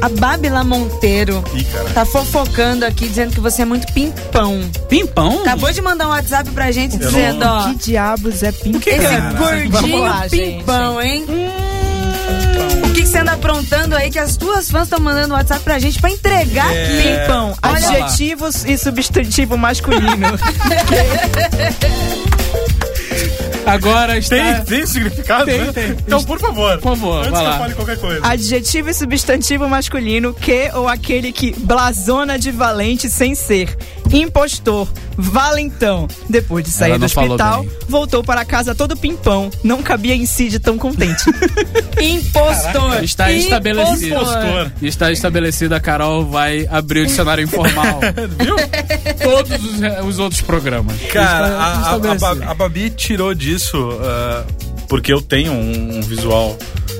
Speaker 4: A Babila Monteiro
Speaker 6: Ih, cara.
Speaker 4: tá fofocando aqui, dizendo que você é muito pimpão.
Speaker 1: Pimpão?
Speaker 4: Acabou de mandar um WhatsApp pra gente
Speaker 6: não-
Speaker 4: dizendo, ó...
Speaker 5: Que diabos é pimp?
Speaker 4: Esse
Speaker 1: cara?
Speaker 4: gordinho
Speaker 5: Vamos lá, gente.
Speaker 4: pimpão, hein?
Speaker 1: Hum.
Speaker 4: O que que você anda aprontando aí que as tuas fãs estão mandando um WhatsApp pra gente pra entregar
Speaker 1: É,
Speaker 4: aqui?
Speaker 5: Pimpão,
Speaker 1: Olha lá.
Speaker 5: adjetivos e substantivo masculino.
Speaker 1: Agora está.
Speaker 6: Tem, tem significado,
Speaker 1: Tem,
Speaker 6: né?
Speaker 1: tem.
Speaker 6: Então, por favor.
Speaker 1: Por favor,
Speaker 6: Antes
Speaker 1: vai
Speaker 6: que
Speaker 1: lá.
Speaker 6: eu fale qualquer coisa.
Speaker 5: Adjetivo e substantivo masculino que ou aquele que blasona de valente sem ser. Impostor, valentão. Depois de
Speaker 1: Ela
Speaker 5: sair do
Speaker 1: não falou
Speaker 5: hospital,
Speaker 1: bem.
Speaker 5: voltou para casa todo pimpão. Não cabia em si de tão contente.
Speaker 4: Impostor.
Speaker 1: Então, Está estabelecido.
Speaker 6: Impostor.
Speaker 1: Está estabelecido, a Carol vai abrir o dicionário informal.
Speaker 6: Viu?
Speaker 1: Todos os, os outros programas.
Speaker 6: Cara,
Speaker 1: Está-
Speaker 6: a, a- a,
Speaker 1: estabelecido.
Speaker 6: Ba- a Babi tirou disso ah, porque eu tenho um, um visual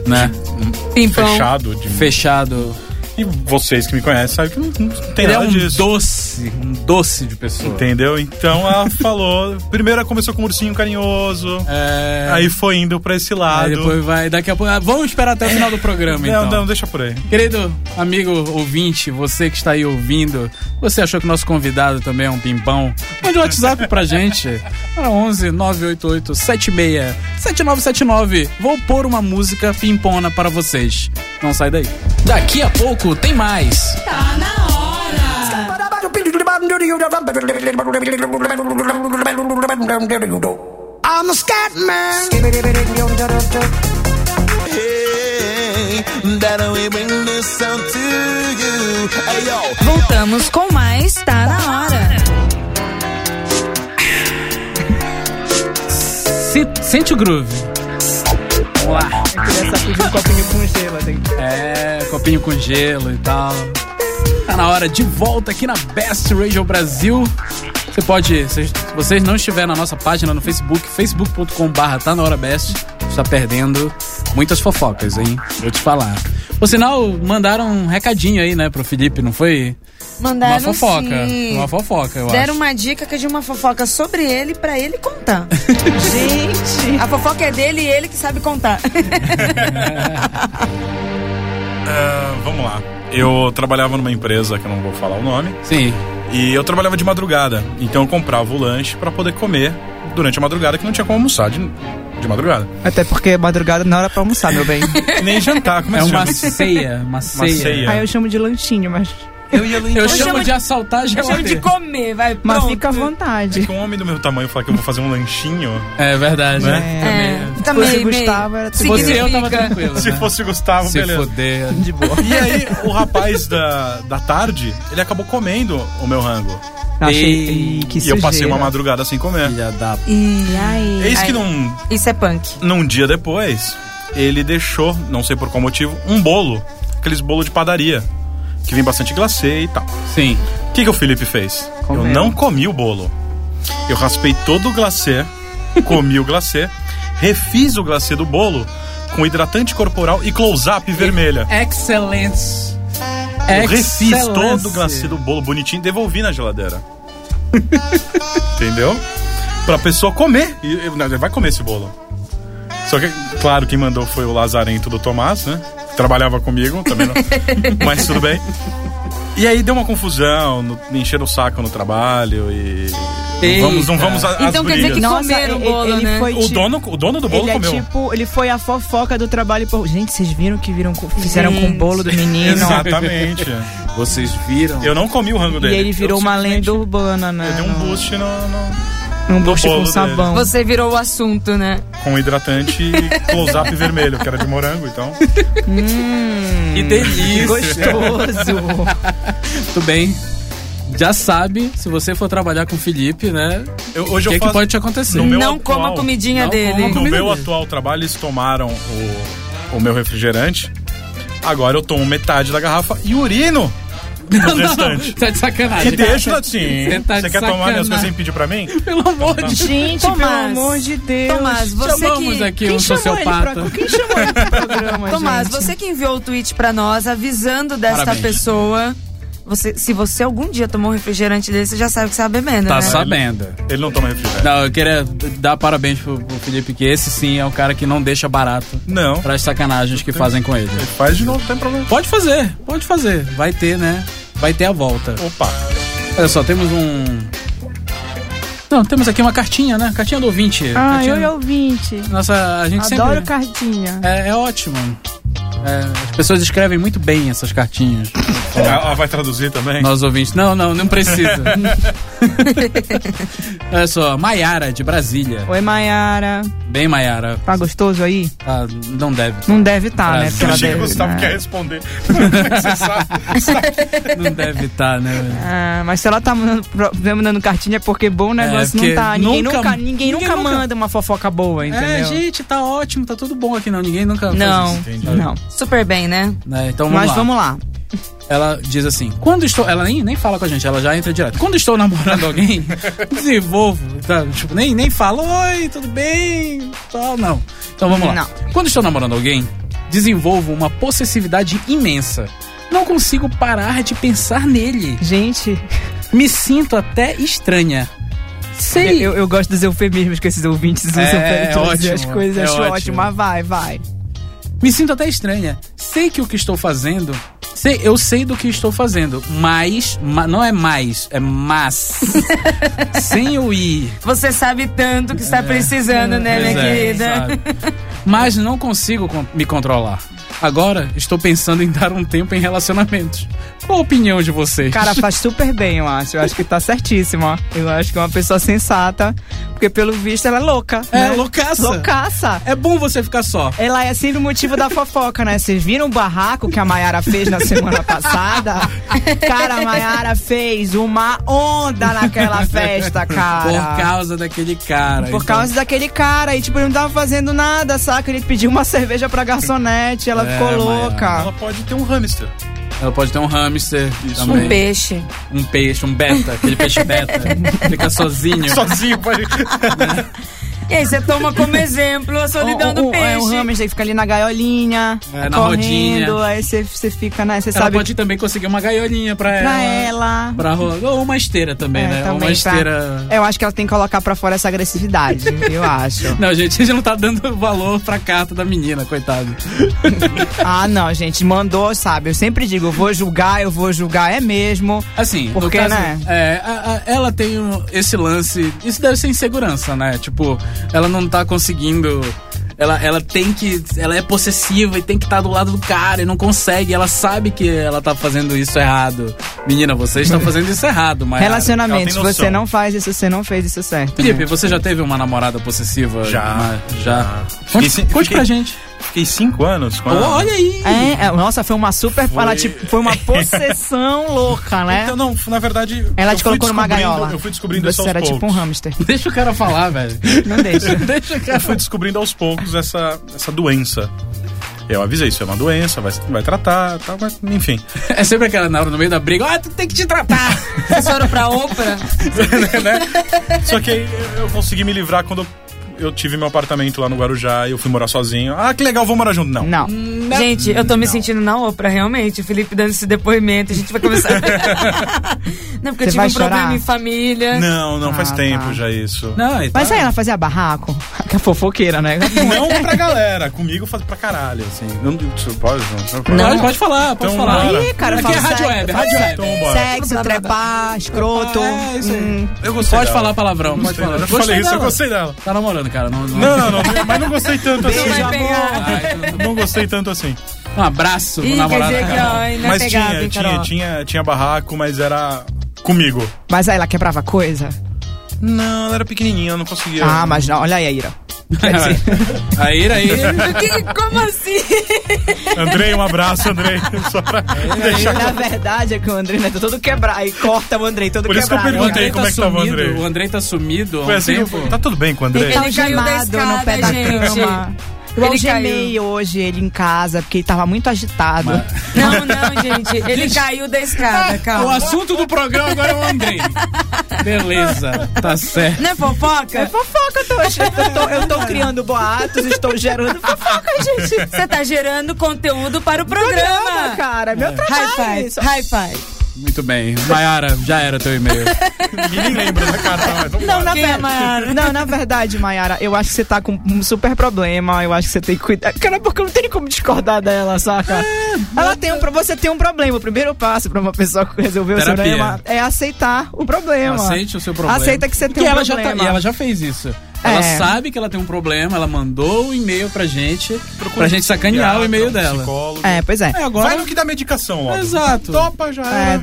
Speaker 1: Né?
Speaker 6: um,
Speaker 4: Pimpão.
Speaker 1: Tá
Speaker 6: fechado de
Speaker 1: Fechado.
Speaker 6: E vocês que me conhecem sabem que não, não tem
Speaker 1: Ele é
Speaker 6: nada
Speaker 1: um
Speaker 6: disso.
Speaker 1: doce, um doce de pessoa.
Speaker 6: Entendeu? Então ela falou. Primeiro ela começou com um ursinho carinhoso.
Speaker 1: É,
Speaker 6: Aí foi indo pra esse lado.
Speaker 1: aí depois vai, daqui a pouco. ah, Vamos esperar até o final do programa,
Speaker 6: Não,
Speaker 1: então.
Speaker 6: não, deixa por aí.
Speaker 1: Querido amigo ouvinte, você que está aí ouvindo, você achou que nosso convidado também é um pimpão? Mande um WhatsApp pra gente. Para 11 988 76 7979. Vou pôr uma música pimpona para vocês. Não sai daí. Daqui a pouco tem mais.
Speaker 7: I'm a scat man. Hey, that we bring this sound to you. Hey, yo.
Speaker 4: Voltamos com mais Tá Na Hora.
Speaker 1: Se- sente o groove. Vamos lá.
Speaker 5: Eu queria só pedir um copinho com gelo. assim.
Speaker 1: É, copinho com gelo e tal. Tá na hora de volta aqui na Best Radio Brasil. Você pode, se se vocês não estiverem na nossa página no Facebook, facebook.com/barra tá na hora best, está perdendo muitas fofocas, hein? Vou te falar. Por sinal, mandaram um recadinho aí, né, pro Felipe, não foi?
Speaker 4: Mandaram
Speaker 1: uma fofoca.
Speaker 4: sim.
Speaker 1: Uma fofoca, eu
Speaker 4: Deram
Speaker 1: acho.
Speaker 4: uma dica que é de uma fofoca sobre ele pra ele contar.
Speaker 5: Gente.
Speaker 4: A fofoca é dele e ele que sabe contar.
Speaker 6: Ah, vamos lá. Eu trabalhava numa empresa que eu não vou falar o nome.
Speaker 1: Sim.
Speaker 6: E eu trabalhava de madrugada. Então eu comprava o lanche pra poder comer durante a madrugada, que não tinha como almoçar de, de madrugada.
Speaker 5: Até porque é madrugada não era pra almoçar, meu bem.
Speaker 6: Nem jantar, como é
Speaker 1: É
Speaker 6: que
Speaker 1: uma
Speaker 6: chama?
Speaker 1: ceia, uma ceia.
Speaker 6: ceia.
Speaker 5: Aí eu chamo de lanchinho, mas,
Speaker 6: Eu ia lá
Speaker 1: Eu,
Speaker 6: então-
Speaker 1: chamo,
Speaker 4: chamo
Speaker 1: de,
Speaker 4: de-
Speaker 1: assaltar a
Speaker 4: Eu chamo de
Speaker 1: geladeira.
Speaker 4: comer, vai.
Speaker 5: mas
Speaker 4: pronto.
Speaker 5: fica à vontade.
Speaker 6: Que um homem do meu tamanho falar que eu vou fazer um lanchinho.
Speaker 1: É verdade,
Speaker 5: É.
Speaker 1: né?
Speaker 4: Tá
Speaker 5: Se fosse
Speaker 4: meio, meio.
Speaker 5: Gustavo, era
Speaker 1: Se
Speaker 5: tudo
Speaker 1: fosse
Speaker 4: É.
Speaker 1: eu, tava
Speaker 4: Significa.
Speaker 1: tranquilo.
Speaker 6: Se
Speaker 1: né?
Speaker 6: fosse o Gustavo,
Speaker 1: Se
Speaker 6: beleza.
Speaker 1: foder.
Speaker 5: de boa.
Speaker 6: E aí, o rapaz da, da tarde, ele acabou comendo o meu rango.
Speaker 5: Achei Ih, que
Speaker 6: e eu passei
Speaker 5: sujeira.
Speaker 6: uma madrugada sem comer.
Speaker 1: Filha da
Speaker 4: E aí?
Speaker 6: Eis é que
Speaker 4: Aí.
Speaker 6: num,
Speaker 4: Isso é punk.
Speaker 6: num dia depois, ele deixou, não sei por qual motivo, um bolo. Aqueles bolo de padaria. Que vem bastante glacê e tal.
Speaker 1: Sim.
Speaker 6: O que, que o Felipe fez?
Speaker 5: Comeu.
Speaker 6: Eu não comi o bolo. Eu raspei todo o glacê, comi o glacê, refiz o glacê do bolo com hidratante corporal e close-up vermelha.
Speaker 1: Excelência.
Speaker 6: Eu refiz todo o glacê do bolo bonitinho e devolvi na geladeira. Entendeu? Pra pessoa comer. E, e- não, vai comer esse bolo. Só que, claro, quem mandou foi o Lazarento do Tomás, né? Trabalhava comigo, também não. Mas tudo bem. E aí deu uma confusão, no, me encheram o saco no trabalho e. Não vamos, não
Speaker 1: Eita.
Speaker 6: vamos a- às
Speaker 4: Então quer dizer
Speaker 6: brigas.
Speaker 4: que
Speaker 5: Nossa,
Speaker 4: Comeram
Speaker 5: ele,
Speaker 4: o bolo,
Speaker 5: ele
Speaker 4: né?
Speaker 5: foi
Speaker 6: O
Speaker 5: tipo-
Speaker 6: dono, o dono do bolo
Speaker 5: Ele é
Speaker 6: comeu.
Speaker 5: tipo, ele foi a fofoca do trabalho. e por- Gente, vocês viram que viram, com- fizeram com o bolo do menino?
Speaker 6: Exatamente.
Speaker 1: Vocês viram?
Speaker 6: Eu não comi o rango
Speaker 5: E
Speaker 6: dele.
Speaker 5: ele virou
Speaker 6: Eu
Speaker 5: uma
Speaker 6: simplesmente-
Speaker 5: lenda urbana, né?
Speaker 6: Eu dei um boost no- no,
Speaker 5: Um bucho
Speaker 6: bolo
Speaker 5: com
Speaker 6: dele.
Speaker 5: sabão.
Speaker 4: Você virou o assunto, né?
Speaker 6: com hidratante e close-up vermelho, que era de morango, então.
Speaker 1: Que delícia.
Speaker 5: Gostoso.
Speaker 1: Hum. Tudo bem. Já sabe, se você for trabalhar com o Felipe, né?
Speaker 6: Eu-
Speaker 1: O
Speaker 6: hoje
Speaker 1: que,
Speaker 6: eu
Speaker 1: é que
Speaker 6: faço.
Speaker 1: pode te acontecer?
Speaker 6: No meu
Speaker 4: não
Speaker 6: atual-
Speaker 4: coma a comidinha
Speaker 1: não
Speaker 4: dele.
Speaker 1: coma
Speaker 6: No
Speaker 1: comida
Speaker 6: meu
Speaker 1: dele.
Speaker 6: atual trabalho, eles tomaram o, o meu refrigerante. Agora eu tomo metade da garrafa e urino no restante.
Speaker 1: Tá de
Speaker 6: E
Speaker 1: sacanagem.
Speaker 6: deixo assim.
Speaker 1: Você tá
Speaker 6: Você
Speaker 1: de
Speaker 6: quer tomar minhas
Speaker 1: sacanagem.
Speaker 6: coisas sem pedir pra mim?
Speaker 1: Pelo amor de Deus.
Speaker 5: Gente,
Speaker 4: Tomás.
Speaker 5: pelo amor de Deus.
Speaker 4: Tomás, você
Speaker 1: Chamamos
Speaker 4: que...
Speaker 1: aqui
Speaker 5: Quem
Speaker 1: um
Speaker 5: chamou ele pra...
Speaker 1: sociopata.
Speaker 5: Quem chamou ele pro programa,
Speaker 4: Tomás,
Speaker 5: gente?
Speaker 4: você que enviou o tweet pra nós avisando desta
Speaker 1: Parabéns.
Speaker 4: pessoa. Você, se você algum dia tomou um refrigerante dele, você já sabe que você tá bebendo,
Speaker 1: Tá
Speaker 4: né?
Speaker 1: sabendo.
Speaker 6: Ele não toma refrigerante.
Speaker 1: Não, eu queria dar parabéns pro, pro Felipe, que esse sim é um cara que não deixa barato
Speaker 6: Não.
Speaker 1: para as sacanagens que fazem com ele.
Speaker 6: Ele faz de novo, não tem problema.
Speaker 1: Pode fazer, pode fazer. Vai ter, né? Vai ter a volta.
Speaker 6: Opa.
Speaker 1: Olha só, temos um. Não, temos aqui uma cartinha, né? Cartinha do ouvinte.
Speaker 4: tá
Speaker 5: Ah,
Speaker 1: Cartinha-
Speaker 5: eu e ouvinte.
Speaker 1: Nossa, a gente
Speaker 5: Adoro
Speaker 1: sempre.
Speaker 5: cartinha.
Speaker 1: É, é ótimo. É, as pessoas escrevem muito bem essas cartinhas.
Speaker 6: Ela vai traduzir também?
Speaker 1: Nós ouvintes. Não, não, não precisa. Olha só, Maiara, de Brasília.
Speaker 5: Oi, Mayara.
Speaker 1: Bem, Maiara.
Speaker 5: Tá gostoso aí?
Speaker 1: Ah, não deve.
Speaker 5: Não deve estar, né?
Speaker 1: Prazer.
Speaker 5: Porque
Speaker 6: Eu
Speaker 5: ela
Speaker 6: achei que
Speaker 5: deve,
Speaker 6: o
Speaker 1: tá
Speaker 6: Gustavo
Speaker 5: né?
Speaker 6: quer responder. é Você sabe?
Speaker 1: Não deve estar, né?
Speaker 5: Ah, mas se ela tá mandando, pro- vem mandando cartinha é porque bom negócio
Speaker 1: porque
Speaker 5: não tá. Ninguém
Speaker 1: nunca-
Speaker 5: nunca, ninguém
Speaker 1: ninguém
Speaker 5: nunca
Speaker 1: nunca-
Speaker 5: manda uma fofoca boa, entendeu?
Speaker 1: É, gente, tá ótimo, tá tudo bom aqui, não. Ninguém nunca. faz
Speaker 4: Não.
Speaker 1: isso.
Speaker 5: Não.
Speaker 4: Super bem, né?
Speaker 1: Né, Então vamos
Speaker 5: mas
Speaker 1: lá.
Speaker 5: vamos lá.
Speaker 1: Ela diz assim: quando estou. Ela nem, nem fala com a gente, ela já entra direto. Quando estou namorando alguém, desenvolvo. Tá? Tipo, nem, nem fala, oi, tudo bem? Tal, não. Então vamos lá.
Speaker 5: Não.
Speaker 1: Quando estou namorando alguém, desenvolvo uma possessividade imensa. Não consigo parar de pensar nele.
Speaker 5: Gente,
Speaker 1: Me sinto até estranha. Sei.
Speaker 5: eu, eu gosto dos eufemismos que esses ouvintes usam
Speaker 1: É,
Speaker 5: pra introduzir
Speaker 1: ótimo,
Speaker 5: as coisas.
Speaker 1: é
Speaker 5: acho ótimo.
Speaker 1: ótimo.
Speaker 5: mas vai, vai.
Speaker 1: Me sinto até estranha. Sei que o que estou fazendo. Sei, eu sei do que estou fazendo, mas. ma- não é mais, é mas. sem o i.
Speaker 4: Você sabe tanto que está precisando, né,
Speaker 1: Pois
Speaker 4: minha
Speaker 1: é,
Speaker 4: querida?
Speaker 1: sabe? Mas não consigo con- me controlar. Agora estou pensando em dar um tempo em relacionamentos. Qual a opinião de vocês?
Speaker 5: Cara, faz super bem, eu acho. Eu acho que tá certíssimo, ó. Eu acho que é uma pessoa sensata, porque pelo visto ela é louca.
Speaker 1: É,
Speaker 5: né?
Speaker 1: loucaça.
Speaker 5: Loucaça.
Speaker 1: é bom você ficar só.
Speaker 5: Ela é sempre o motivo da fofoca, né? Vocês viram o barraco que a Mayara fez na semana passada? Cara, a Mayara fez uma onda naquela festa, cara.
Speaker 1: Por causa daquele cara.
Speaker 5: Por
Speaker 1: Então,
Speaker 5: causa daquele cara, e tipo, ele não tava fazendo nada, saca? Ele pediu uma cerveja pra garçonete, ela
Speaker 1: É,
Speaker 5: ficou
Speaker 1: Mayara.
Speaker 5: louca.
Speaker 6: Ela pode ter um hamster.
Speaker 1: Ela pode ter um hamster
Speaker 6: Isso.
Speaker 1: também.
Speaker 4: Um peixe.
Speaker 1: Um peixe, um beta, aquele peixe beta. Fica sozinho.
Speaker 6: Sozinho, pai.
Speaker 4: E aí você toma como exemplo a
Speaker 1: tá
Speaker 4: solidão
Speaker 5: O-
Speaker 4: do
Speaker 5: o- é,
Speaker 4: peixe.
Speaker 5: o hamster que fica ali na gaiolinha,
Speaker 1: É, na
Speaker 5: correndo,
Speaker 1: rodinha.
Speaker 5: aí você você fica, né? Você
Speaker 1: Ela
Speaker 5: sabe
Speaker 1: pode também conseguir uma gaiolinha pra ela.
Speaker 5: pra ela.
Speaker 1: Pra rolar. Ou uma esteira também,
Speaker 5: É,
Speaker 1: né?
Speaker 5: também É.
Speaker 1: uma
Speaker 5: pra-
Speaker 1: esteira.
Speaker 5: Eu acho que ela tem que colocar pra fora essa agressividade, eu acho.
Speaker 1: Não, gente, a gente não tá dando valor pra carta da menina, coitado.
Speaker 5: Ah, não, gente, mandou, sabe? Eu sempre digo, eu vou julgar, eu vou julgar, é mesmo.
Speaker 1: Assim, no
Speaker 5: Porque,
Speaker 1: caso,
Speaker 5: né?
Speaker 1: é, a- a- ela tem um- esse lance. Isso deve ser insegurança, né? Tipo, ela não tá conseguindo. Ela, ela tem que. Ela é possessiva e tem que estar do lado do cara e não consegue. Ela sabe que ela tá fazendo isso errado. Menina, você está fazendo isso errado, mas.
Speaker 5: Relacionamentos,
Speaker 6: É, ela tem noção.
Speaker 5: você não faz isso, você não fez isso certo. né?
Speaker 1: Felipe, você já teve uma namorada possessiva?
Speaker 6: Já,
Speaker 1: Uma- Já. Conte,
Speaker 6: Fiquei-
Speaker 1: conte
Speaker 6: fiquei- Ah.
Speaker 1: pra gente.
Speaker 6: Fiquei cinco anos com
Speaker 1: Ó,
Speaker 6: ela.
Speaker 1: olha aí!
Speaker 5: É, é, nossa, foi uma super.
Speaker 6: Foi.
Speaker 5: Ela, tipo, foi uma possessão louca, né?
Speaker 6: Então, não, na verdade.
Speaker 5: ela
Speaker 6: eu
Speaker 5: te
Speaker 6: fui
Speaker 5: colocou numa
Speaker 6: descobrindo-
Speaker 5: gaiola.
Speaker 6: Eu fui descobrindo isso
Speaker 5: Você
Speaker 6: aos
Speaker 5: era tipo um
Speaker 6: poucos.
Speaker 5: hamster.
Speaker 1: Deixa o cara falar, velho.
Speaker 5: Não deixa.
Speaker 1: Deixa o cara
Speaker 6: Eu fui descobrindo aos poucos essa, essa doença. Eu avisei, isso é uma doença, vai, vai tratar, tal, mas, enfim.
Speaker 1: É sempre aquela na hora no meio da briga, ah, tu tem que te tratar.
Speaker 4: Vocês foram pra Oprah?
Speaker 6: Né? Só que aí eu consegui me livrar quando eu tive meu apartamento lá no Guarujá e eu fui morar sozinho. Ah, que legal, vou morar junto. Não.
Speaker 5: Não.
Speaker 4: Gente, eu tô me sentindo na Oprah, realmente. O Felipe dando esse depoimento, a gente vai começar. Não,
Speaker 5: Você
Speaker 4: porque eu tive
Speaker 5: vai
Speaker 4: um problema
Speaker 5: chorar?
Speaker 4: em família.
Speaker 6: Não, não, faz
Speaker 5: Ah,
Speaker 6: tempo
Speaker 5: tá.
Speaker 6: já isso.
Speaker 1: Não, aí tá.
Speaker 5: Mas aí ela fazia barraco. Que é fofoqueira, né?
Speaker 6: Não pra galera, comigo faz pra caralho, assim. Não, isso pode, não, pode.
Speaker 1: Não, pode falar, pode
Speaker 6: Então,
Speaker 1: falar.
Speaker 6: bora.
Speaker 5: Ih, cara, eu
Speaker 1: Aqui
Speaker 5: falo
Speaker 1: é rádio
Speaker 5: sério,
Speaker 1: web,
Speaker 5: eu falo
Speaker 1: rádio
Speaker 5: sério.
Speaker 6: Então, bora.
Speaker 5: Sexo, trepar, escroto.
Speaker 1: Ah, É, isso aí.
Speaker 5: Hum,
Speaker 6: Eu gostei
Speaker 1: Pode
Speaker 6: dela.
Speaker 1: falar palavrão, pode falar.
Speaker 6: Eu já
Speaker 1: Gostei
Speaker 6: falei isso, eu
Speaker 1: dela.
Speaker 6: gostei dela.
Speaker 1: Tá namorando, cara. Não, não.
Speaker 6: Não, não, não, mas não gostei tanto assim.
Speaker 4: vai pegar.
Speaker 1: Ai, então,
Speaker 6: Não gostei tanto assim.
Speaker 1: Um abraço pro
Speaker 4: Ih, quer
Speaker 1: namorado.
Speaker 4: dizer que,
Speaker 1: Carol.
Speaker 4: ó, ainda
Speaker 6: Mas
Speaker 4: é
Speaker 6: tinha,
Speaker 4: pegado, hein,
Speaker 6: tinha,
Speaker 4: Carol?
Speaker 6: tinha, tinha barraco, mas era comigo.
Speaker 5: Mas aí ela quebrava coisa?
Speaker 6: Não, ela era pequenininha, eu não conseguia.
Speaker 5: Ah, mas não. Olha aí, a Ira.
Speaker 1: aí, aí.
Speaker 4: Que- como assim?
Speaker 6: Andrei, um abraço, Andrei. Só pra deixar
Speaker 5: Na verdade é que o Andrei né, tá todo quebrado. E corta o Andrei todo
Speaker 6: Por isso que eu
Speaker 5: quebrado.
Speaker 1: O
Speaker 6: perguntei.
Speaker 1: Andrei
Speaker 6: como
Speaker 1: tá
Speaker 6: é que tava o
Speaker 1: sumido.
Speaker 6: Andrei?
Speaker 1: O Andrei tá sumido há um
Speaker 6: Foi assim que eu
Speaker 1: tempo.
Speaker 6: fui. Tá tudo bem com o Andrei?
Speaker 5: Ele tá
Speaker 4: Ele caiu da
Speaker 5: algemado no pé da
Speaker 4: escada, gente.
Speaker 5: cama. Eu
Speaker 4: Ele
Speaker 5: algemei hoje ele em casa, porque ele tava muito agitado.
Speaker 4: Não, não, gente. Ele caiu da
Speaker 5: Ah,
Speaker 4: escada,
Speaker 1: O
Speaker 4: calma.
Speaker 1: assunto do programa agora é o Andrei. Beleza, tá certo.
Speaker 4: Não é fofoca?
Speaker 5: Fofoca, tô, eu, tô, eu tô criando boatos, estou gerando fofoca, gente.
Speaker 4: Você tá gerando conteúdo para o
Speaker 5: Programa,
Speaker 4: programa.
Speaker 5: cara.
Speaker 1: É.
Speaker 5: Meu trabalho. é
Speaker 4: High
Speaker 5: isso.
Speaker 4: five, high five.
Speaker 1: Muito bem. Mayara, já era teu e-mail.
Speaker 6: Ninguém lembra da cara. mas vamos
Speaker 5: Não
Speaker 6: lá.
Speaker 5: na,
Speaker 4: Quem é
Speaker 5: ver-
Speaker 4: Maiara?
Speaker 5: não, na verdade, Mayara, eu acho que você tá com um super problema. Eu acho que você tem que cuidar. Cara, porque eu não tenho como discordar dela, saca?
Speaker 1: É,
Speaker 5: Ela tem um, pro- você tem um problema. O primeiro passo pra uma pessoa resolver o seu
Speaker 1: Terapia.
Speaker 5: problema é aceitar o problema.
Speaker 1: Aceite o seu problema.
Speaker 5: Aceita que você tem
Speaker 1: Porque
Speaker 5: um
Speaker 1: ela
Speaker 5: problema.
Speaker 1: Já tá- e ela já fez isso.
Speaker 5: É.
Speaker 1: Ela sabe que ela tem um problema, ela mandou um e-mail pra gente, pra gente sacanear o e-mail
Speaker 6: Psiquiatra, um
Speaker 1: dela.
Speaker 6: psicólogo.
Speaker 5: É, pois é.
Speaker 1: É, agora.
Speaker 6: Vai no que dá medicação logo.
Speaker 1: Exato.
Speaker 6: Topa já
Speaker 5: É,
Speaker 6: era.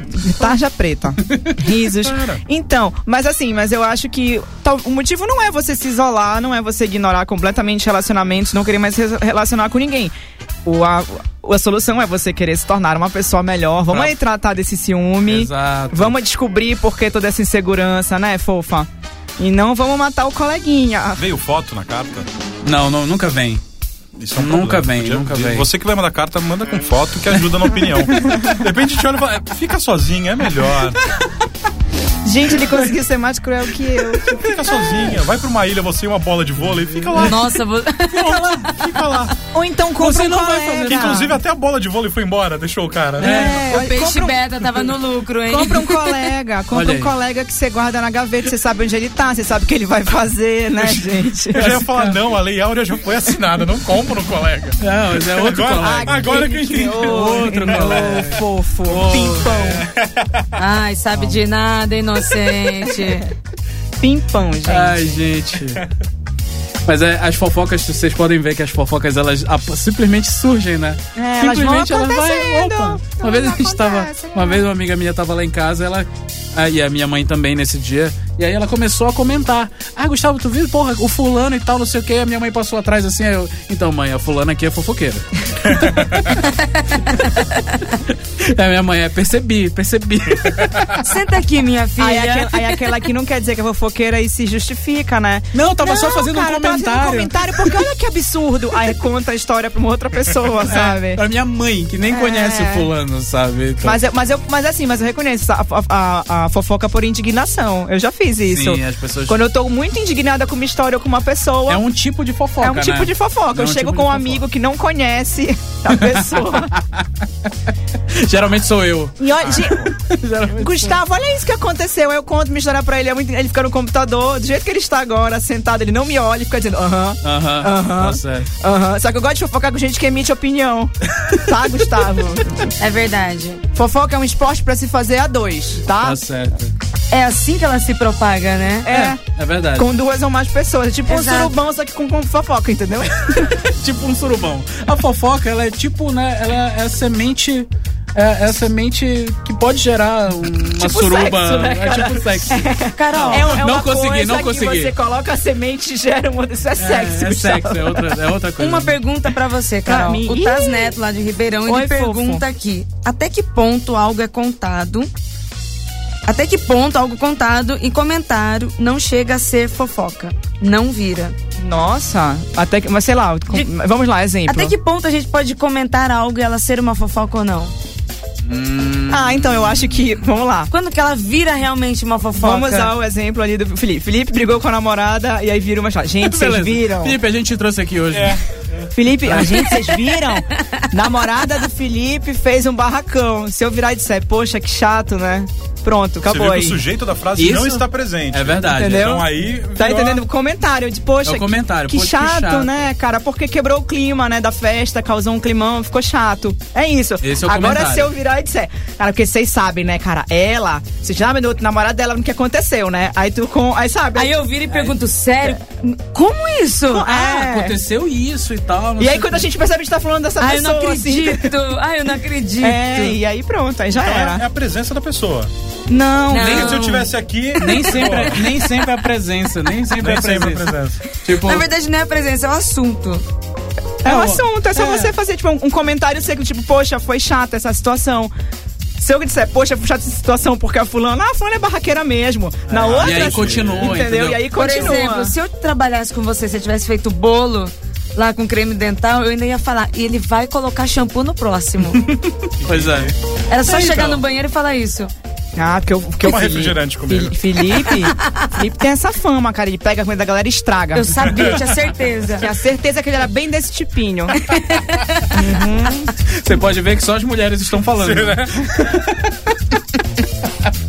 Speaker 5: tarja preta. Risos.
Speaker 6: Cara.
Speaker 5: Então, mas assim, mas eu acho que tal- o motivo não é você se isolar, não é você ignorar completamente relacionamentos, não querer mais se relacionar com ninguém. O, a, a solução é você querer se tornar uma pessoa melhor. Vamos
Speaker 1: Pra-
Speaker 5: aí tratar desse ciúme.
Speaker 1: Exato.
Speaker 5: Vamos descobrir por que toda essa insegurança, né, fofa? E não vamos matar o coleguinha.
Speaker 6: Veio foto na carta?
Speaker 1: Não, não, nunca vem.
Speaker 6: Isso é um
Speaker 1: Nunca
Speaker 6: problema.
Speaker 1: vem,
Speaker 6: Podia-
Speaker 1: nunca vem.
Speaker 6: Você que vai mandar carta, manda com é foto que ajuda na opinião. De repente a gente olha e fala, fica sozinho, é melhor.
Speaker 5: Gente, ele conseguiu ser mais cruel que eu.
Speaker 6: Fica sozinha, vai pra uma ilha, você e uma bola de vôlei, fica lá,
Speaker 4: Nossa, vou...
Speaker 6: fica lá.
Speaker 5: Ou então compra
Speaker 1: Você
Speaker 5: um
Speaker 1: não vai
Speaker 5: colega.
Speaker 1: fazer
Speaker 6: Que, inclusive até a bola de vôlei foi embora, deixou o cara, né?
Speaker 5: É,
Speaker 4: o peixe
Speaker 5: compra um-
Speaker 4: beta tava no lucro, hein?
Speaker 5: Compra um colega, compra
Speaker 1: Olha
Speaker 5: um
Speaker 1: aí.
Speaker 5: colega que você guarda na gaveta, você sabe onde ele tá, você sabe o que ele vai fazer, né, gente?
Speaker 6: Eu já ia falar, não, a Lei Áurea já foi assinada, não compro no colega.
Speaker 1: Não, mas é outro
Speaker 6: Agora,
Speaker 1: colega.
Speaker 6: agora que eu entendi.
Speaker 1: é Outro
Speaker 5: É
Speaker 1: colega.
Speaker 5: Fofo, pimpão.
Speaker 4: Ai, sabe de nada, inocente.
Speaker 5: Pimpão, gente.
Speaker 1: Ai, gente. Mas é, as fofocas, vocês podem ver que as fofocas, elas ap- simplesmente surgem, né?
Speaker 5: É, elas
Speaker 1: simplesmente
Speaker 5: vão
Speaker 1: vai.
Speaker 5: acontecendo.
Speaker 1: Opa! Uma vez a gente tava.
Speaker 5: né?
Speaker 1: Uma vez uma amiga minha tava lá em casa, ela. ah, e a minha mãe também nesse dia. E aí ela começou a comentar. Ah, Gustavo, tu viu? Porra, o fulano e tal, não sei o quê. A minha mãe passou atrás assim. aí eu, então, mãe, a fulana aqui é fofoqueira. a minha mãe é, percebi, percebi.
Speaker 4: Senta aqui, minha filha.
Speaker 5: Aí, aquela, aí aquela que não quer dizer que é fofoqueira e se justifica, né?
Speaker 1: Não, tava só
Speaker 5: Não,
Speaker 1: fazendo um
Speaker 5: cara, eu tava fazendo
Speaker 1: comentário.
Speaker 5: comentário, porque olha que absurdo. Aí conta a história pra uma outra
Speaker 1: É.
Speaker 5: pessoa, sabe?
Speaker 1: Pra minha mãe, que nem conhece o fulano, sabe? Então-
Speaker 5: É. Mas, eu, mas, eu, mas assim, mas eu reconheço a, a- a- a fofoca por indignação. Eu já fiz isso.
Speaker 1: Sim, as pessoas.
Speaker 5: Quando eu tô muito indignada com uma história ou com uma pessoa,
Speaker 1: É um tipo de fofoca.
Speaker 5: É um tipo
Speaker 1: né?
Speaker 5: de fofoca.
Speaker 1: É
Speaker 5: eu
Speaker 1: um
Speaker 5: chego
Speaker 1: tipo
Speaker 5: com um
Speaker 1: de
Speaker 5: amigo que não conhece a pessoa.
Speaker 1: fofoca. Geralmente sou eu.
Speaker 5: e olha, gente,
Speaker 1: Geralmente.
Speaker 5: Gustavo, olha isso que aconteceu. Eu conto minha história pra ele. é muito- Ele fica no computador, do jeito que ele está agora, sentado, ele não me olha e fica dizendo aham,
Speaker 1: Aham.
Speaker 5: Aham.
Speaker 1: Tá certo.
Speaker 5: aham. Só que eu gosto de fofocar com gente que emite opinião. tá, Gustavo?
Speaker 4: É verdade.
Speaker 5: Fofoca é um esporte pra se fazer a dois, tá?
Speaker 1: Tá certo.
Speaker 4: É assim que ela se propaga, né?
Speaker 5: É.
Speaker 1: É verdade.
Speaker 5: Com duas ou mais pessoas. É tipo
Speaker 4: Exato.
Speaker 5: um surubão, só que com, com fofoca, entendeu?
Speaker 1: Tipo um surubão. A fofoca, ela é tipo, né? Ela é a semente. É, é a semente que pode gerar um- uma
Speaker 5: Tipo
Speaker 1: suruba.
Speaker 5: sexo, né,
Speaker 1: é tipo sexo.
Speaker 5: Carol, é, um- é
Speaker 1: Não
Speaker 5: uma
Speaker 1: consegui,
Speaker 5: coisa
Speaker 1: não
Speaker 5: Que
Speaker 1: consegui.
Speaker 5: você coloca a semente e gera um. Isso é, sexo,
Speaker 1: é,
Speaker 5: Gustavo.
Speaker 1: sexo, é outra, é outra coisa.
Speaker 4: Uma pergunta pra você,
Speaker 5: Pra
Speaker 4: Carol.
Speaker 5: mim.
Speaker 4: O Taz Neto, lá de Ribeirão, ele
Speaker 5: Oi, fofo.
Speaker 4: pergunta aqui: até que ponto algo é contado? Até que ponto algo contado e comentário não chega a ser fofoca? Não vira.
Speaker 5: Nossa, até que, mas sei lá, com- vamos lá, exemplo.
Speaker 4: Até que ponto a gente pode comentar algo e ela ser uma fofoca ou não?
Speaker 5: Ah, então eu acho que, vamos lá.
Speaker 4: Quando que ela vira realmente uma fofoca?
Speaker 5: Vamos ao exemplo ali do Felipe. Felipe brigou com a namorada e aí vira uma história. Gente, vocês
Speaker 1: Beleza.
Speaker 5: viram?
Speaker 1: Felipe, a gente te trouxe aqui hoje.
Speaker 5: Felipe, a gente, vocês viram? namorada do Felipe fez um barracão. Se eu virar e disser, poxa, que chato, né? Pronto,
Speaker 6: Você
Speaker 5: acabou
Speaker 6: viu que o
Speaker 5: aí.
Speaker 6: sujeito da frase
Speaker 1: Isso?
Speaker 6: não está presente.
Speaker 1: É verdade.
Speaker 5: Entendeu?
Speaker 6: Então aí.
Speaker 5: Tá
Speaker 6: virou-
Speaker 5: entendendo? Comentário de,
Speaker 1: É
Speaker 5: poxa,
Speaker 1: o comentário,
Speaker 5: que, que,
Speaker 1: poxa, que
Speaker 5: chato,
Speaker 1: chato.
Speaker 5: né, cara? Porque quebrou o clima, né, da festa, causou um climão, ficou chato. É isso.
Speaker 1: Esse é o
Speaker 5: Agora
Speaker 1: comentário.
Speaker 5: se eu virar e disser, cara, porque vocês sabem, né, cara, ela, vocês sabem do outro namorado dela, no que aconteceu, né? Aí tu com, aí sabe,
Speaker 4: Aí eu viro e pergunto, sério? Como isso?
Speaker 1: Ah,
Speaker 5: É.
Speaker 1: aconteceu isso e tal. não
Speaker 5: E aí
Speaker 1: sei
Speaker 5: quando a gente percebe que tá falando dessa
Speaker 4: Ai, eu
Speaker 5: pessoa,
Speaker 4: não
Speaker 5: assim,
Speaker 4: acredito. Ai, eu não acredito.
Speaker 5: É,
Speaker 1: então.
Speaker 5: e aí pronto, aí já
Speaker 6: É
Speaker 5: era.
Speaker 6: a presença da pessoa.
Speaker 5: Não,
Speaker 4: Não.
Speaker 6: Nem se eu tivesse aqui.
Speaker 1: Nem sempre, é, nem sempre a presença, nem sempre
Speaker 6: Nem
Speaker 1: a
Speaker 6: sempre a
Speaker 1: presença.
Speaker 6: presença.
Speaker 1: Tipo,
Speaker 4: Na verdade, não é a presença, é o assunto.
Speaker 5: é um
Speaker 1: ó,
Speaker 5: assunto, é só você fazer tipo, um, um comentário seco, tipo, poxa, foi chata essa situação. Se eu disser, poxa, foi chata essa situação porque a fulana, ah, a fulana é barraqueira mesmo. Na outra.
Speaker 1: É.
Speaker 5: assim,
Speaker 1: E aí continua,
Speaker 5: Entendeu?
Speaker 1: entendeu?
Speaker 5: E aí
Speaker 4: Por
Speaker 5: continua.
Speaker 4: exemplo, se eu trabalhasse com você, se eu tivesse feito bolo lá com creme dental, eu ainda ia falar, e ele vai colocar shampoo no próximo.
Speaker 1: Pois é.
Speaker 4: Era só
Speaker 1: Então.
Speaker 4: chegar no banheiro e falar isso.
Speaker 5: Ah, porque eu. Porque
Speaker 6: Toma
Speaker 5: o Felipe-
Speaker 6: refrigerante comigo.
Speaker 5: Fel- Felipe, Felipe tem essa fama, cara. Ele pega a comida da galera e estraga.
Speaker 4: Eu sabia, eu tinha certeza. é
Speaker 5: Tinha certeza que ele era bem desse tipinho.
Speaker 1: Você pode ver que só as mulheres estão falando.
Speaker 6: Sim,
Speaker 1: né?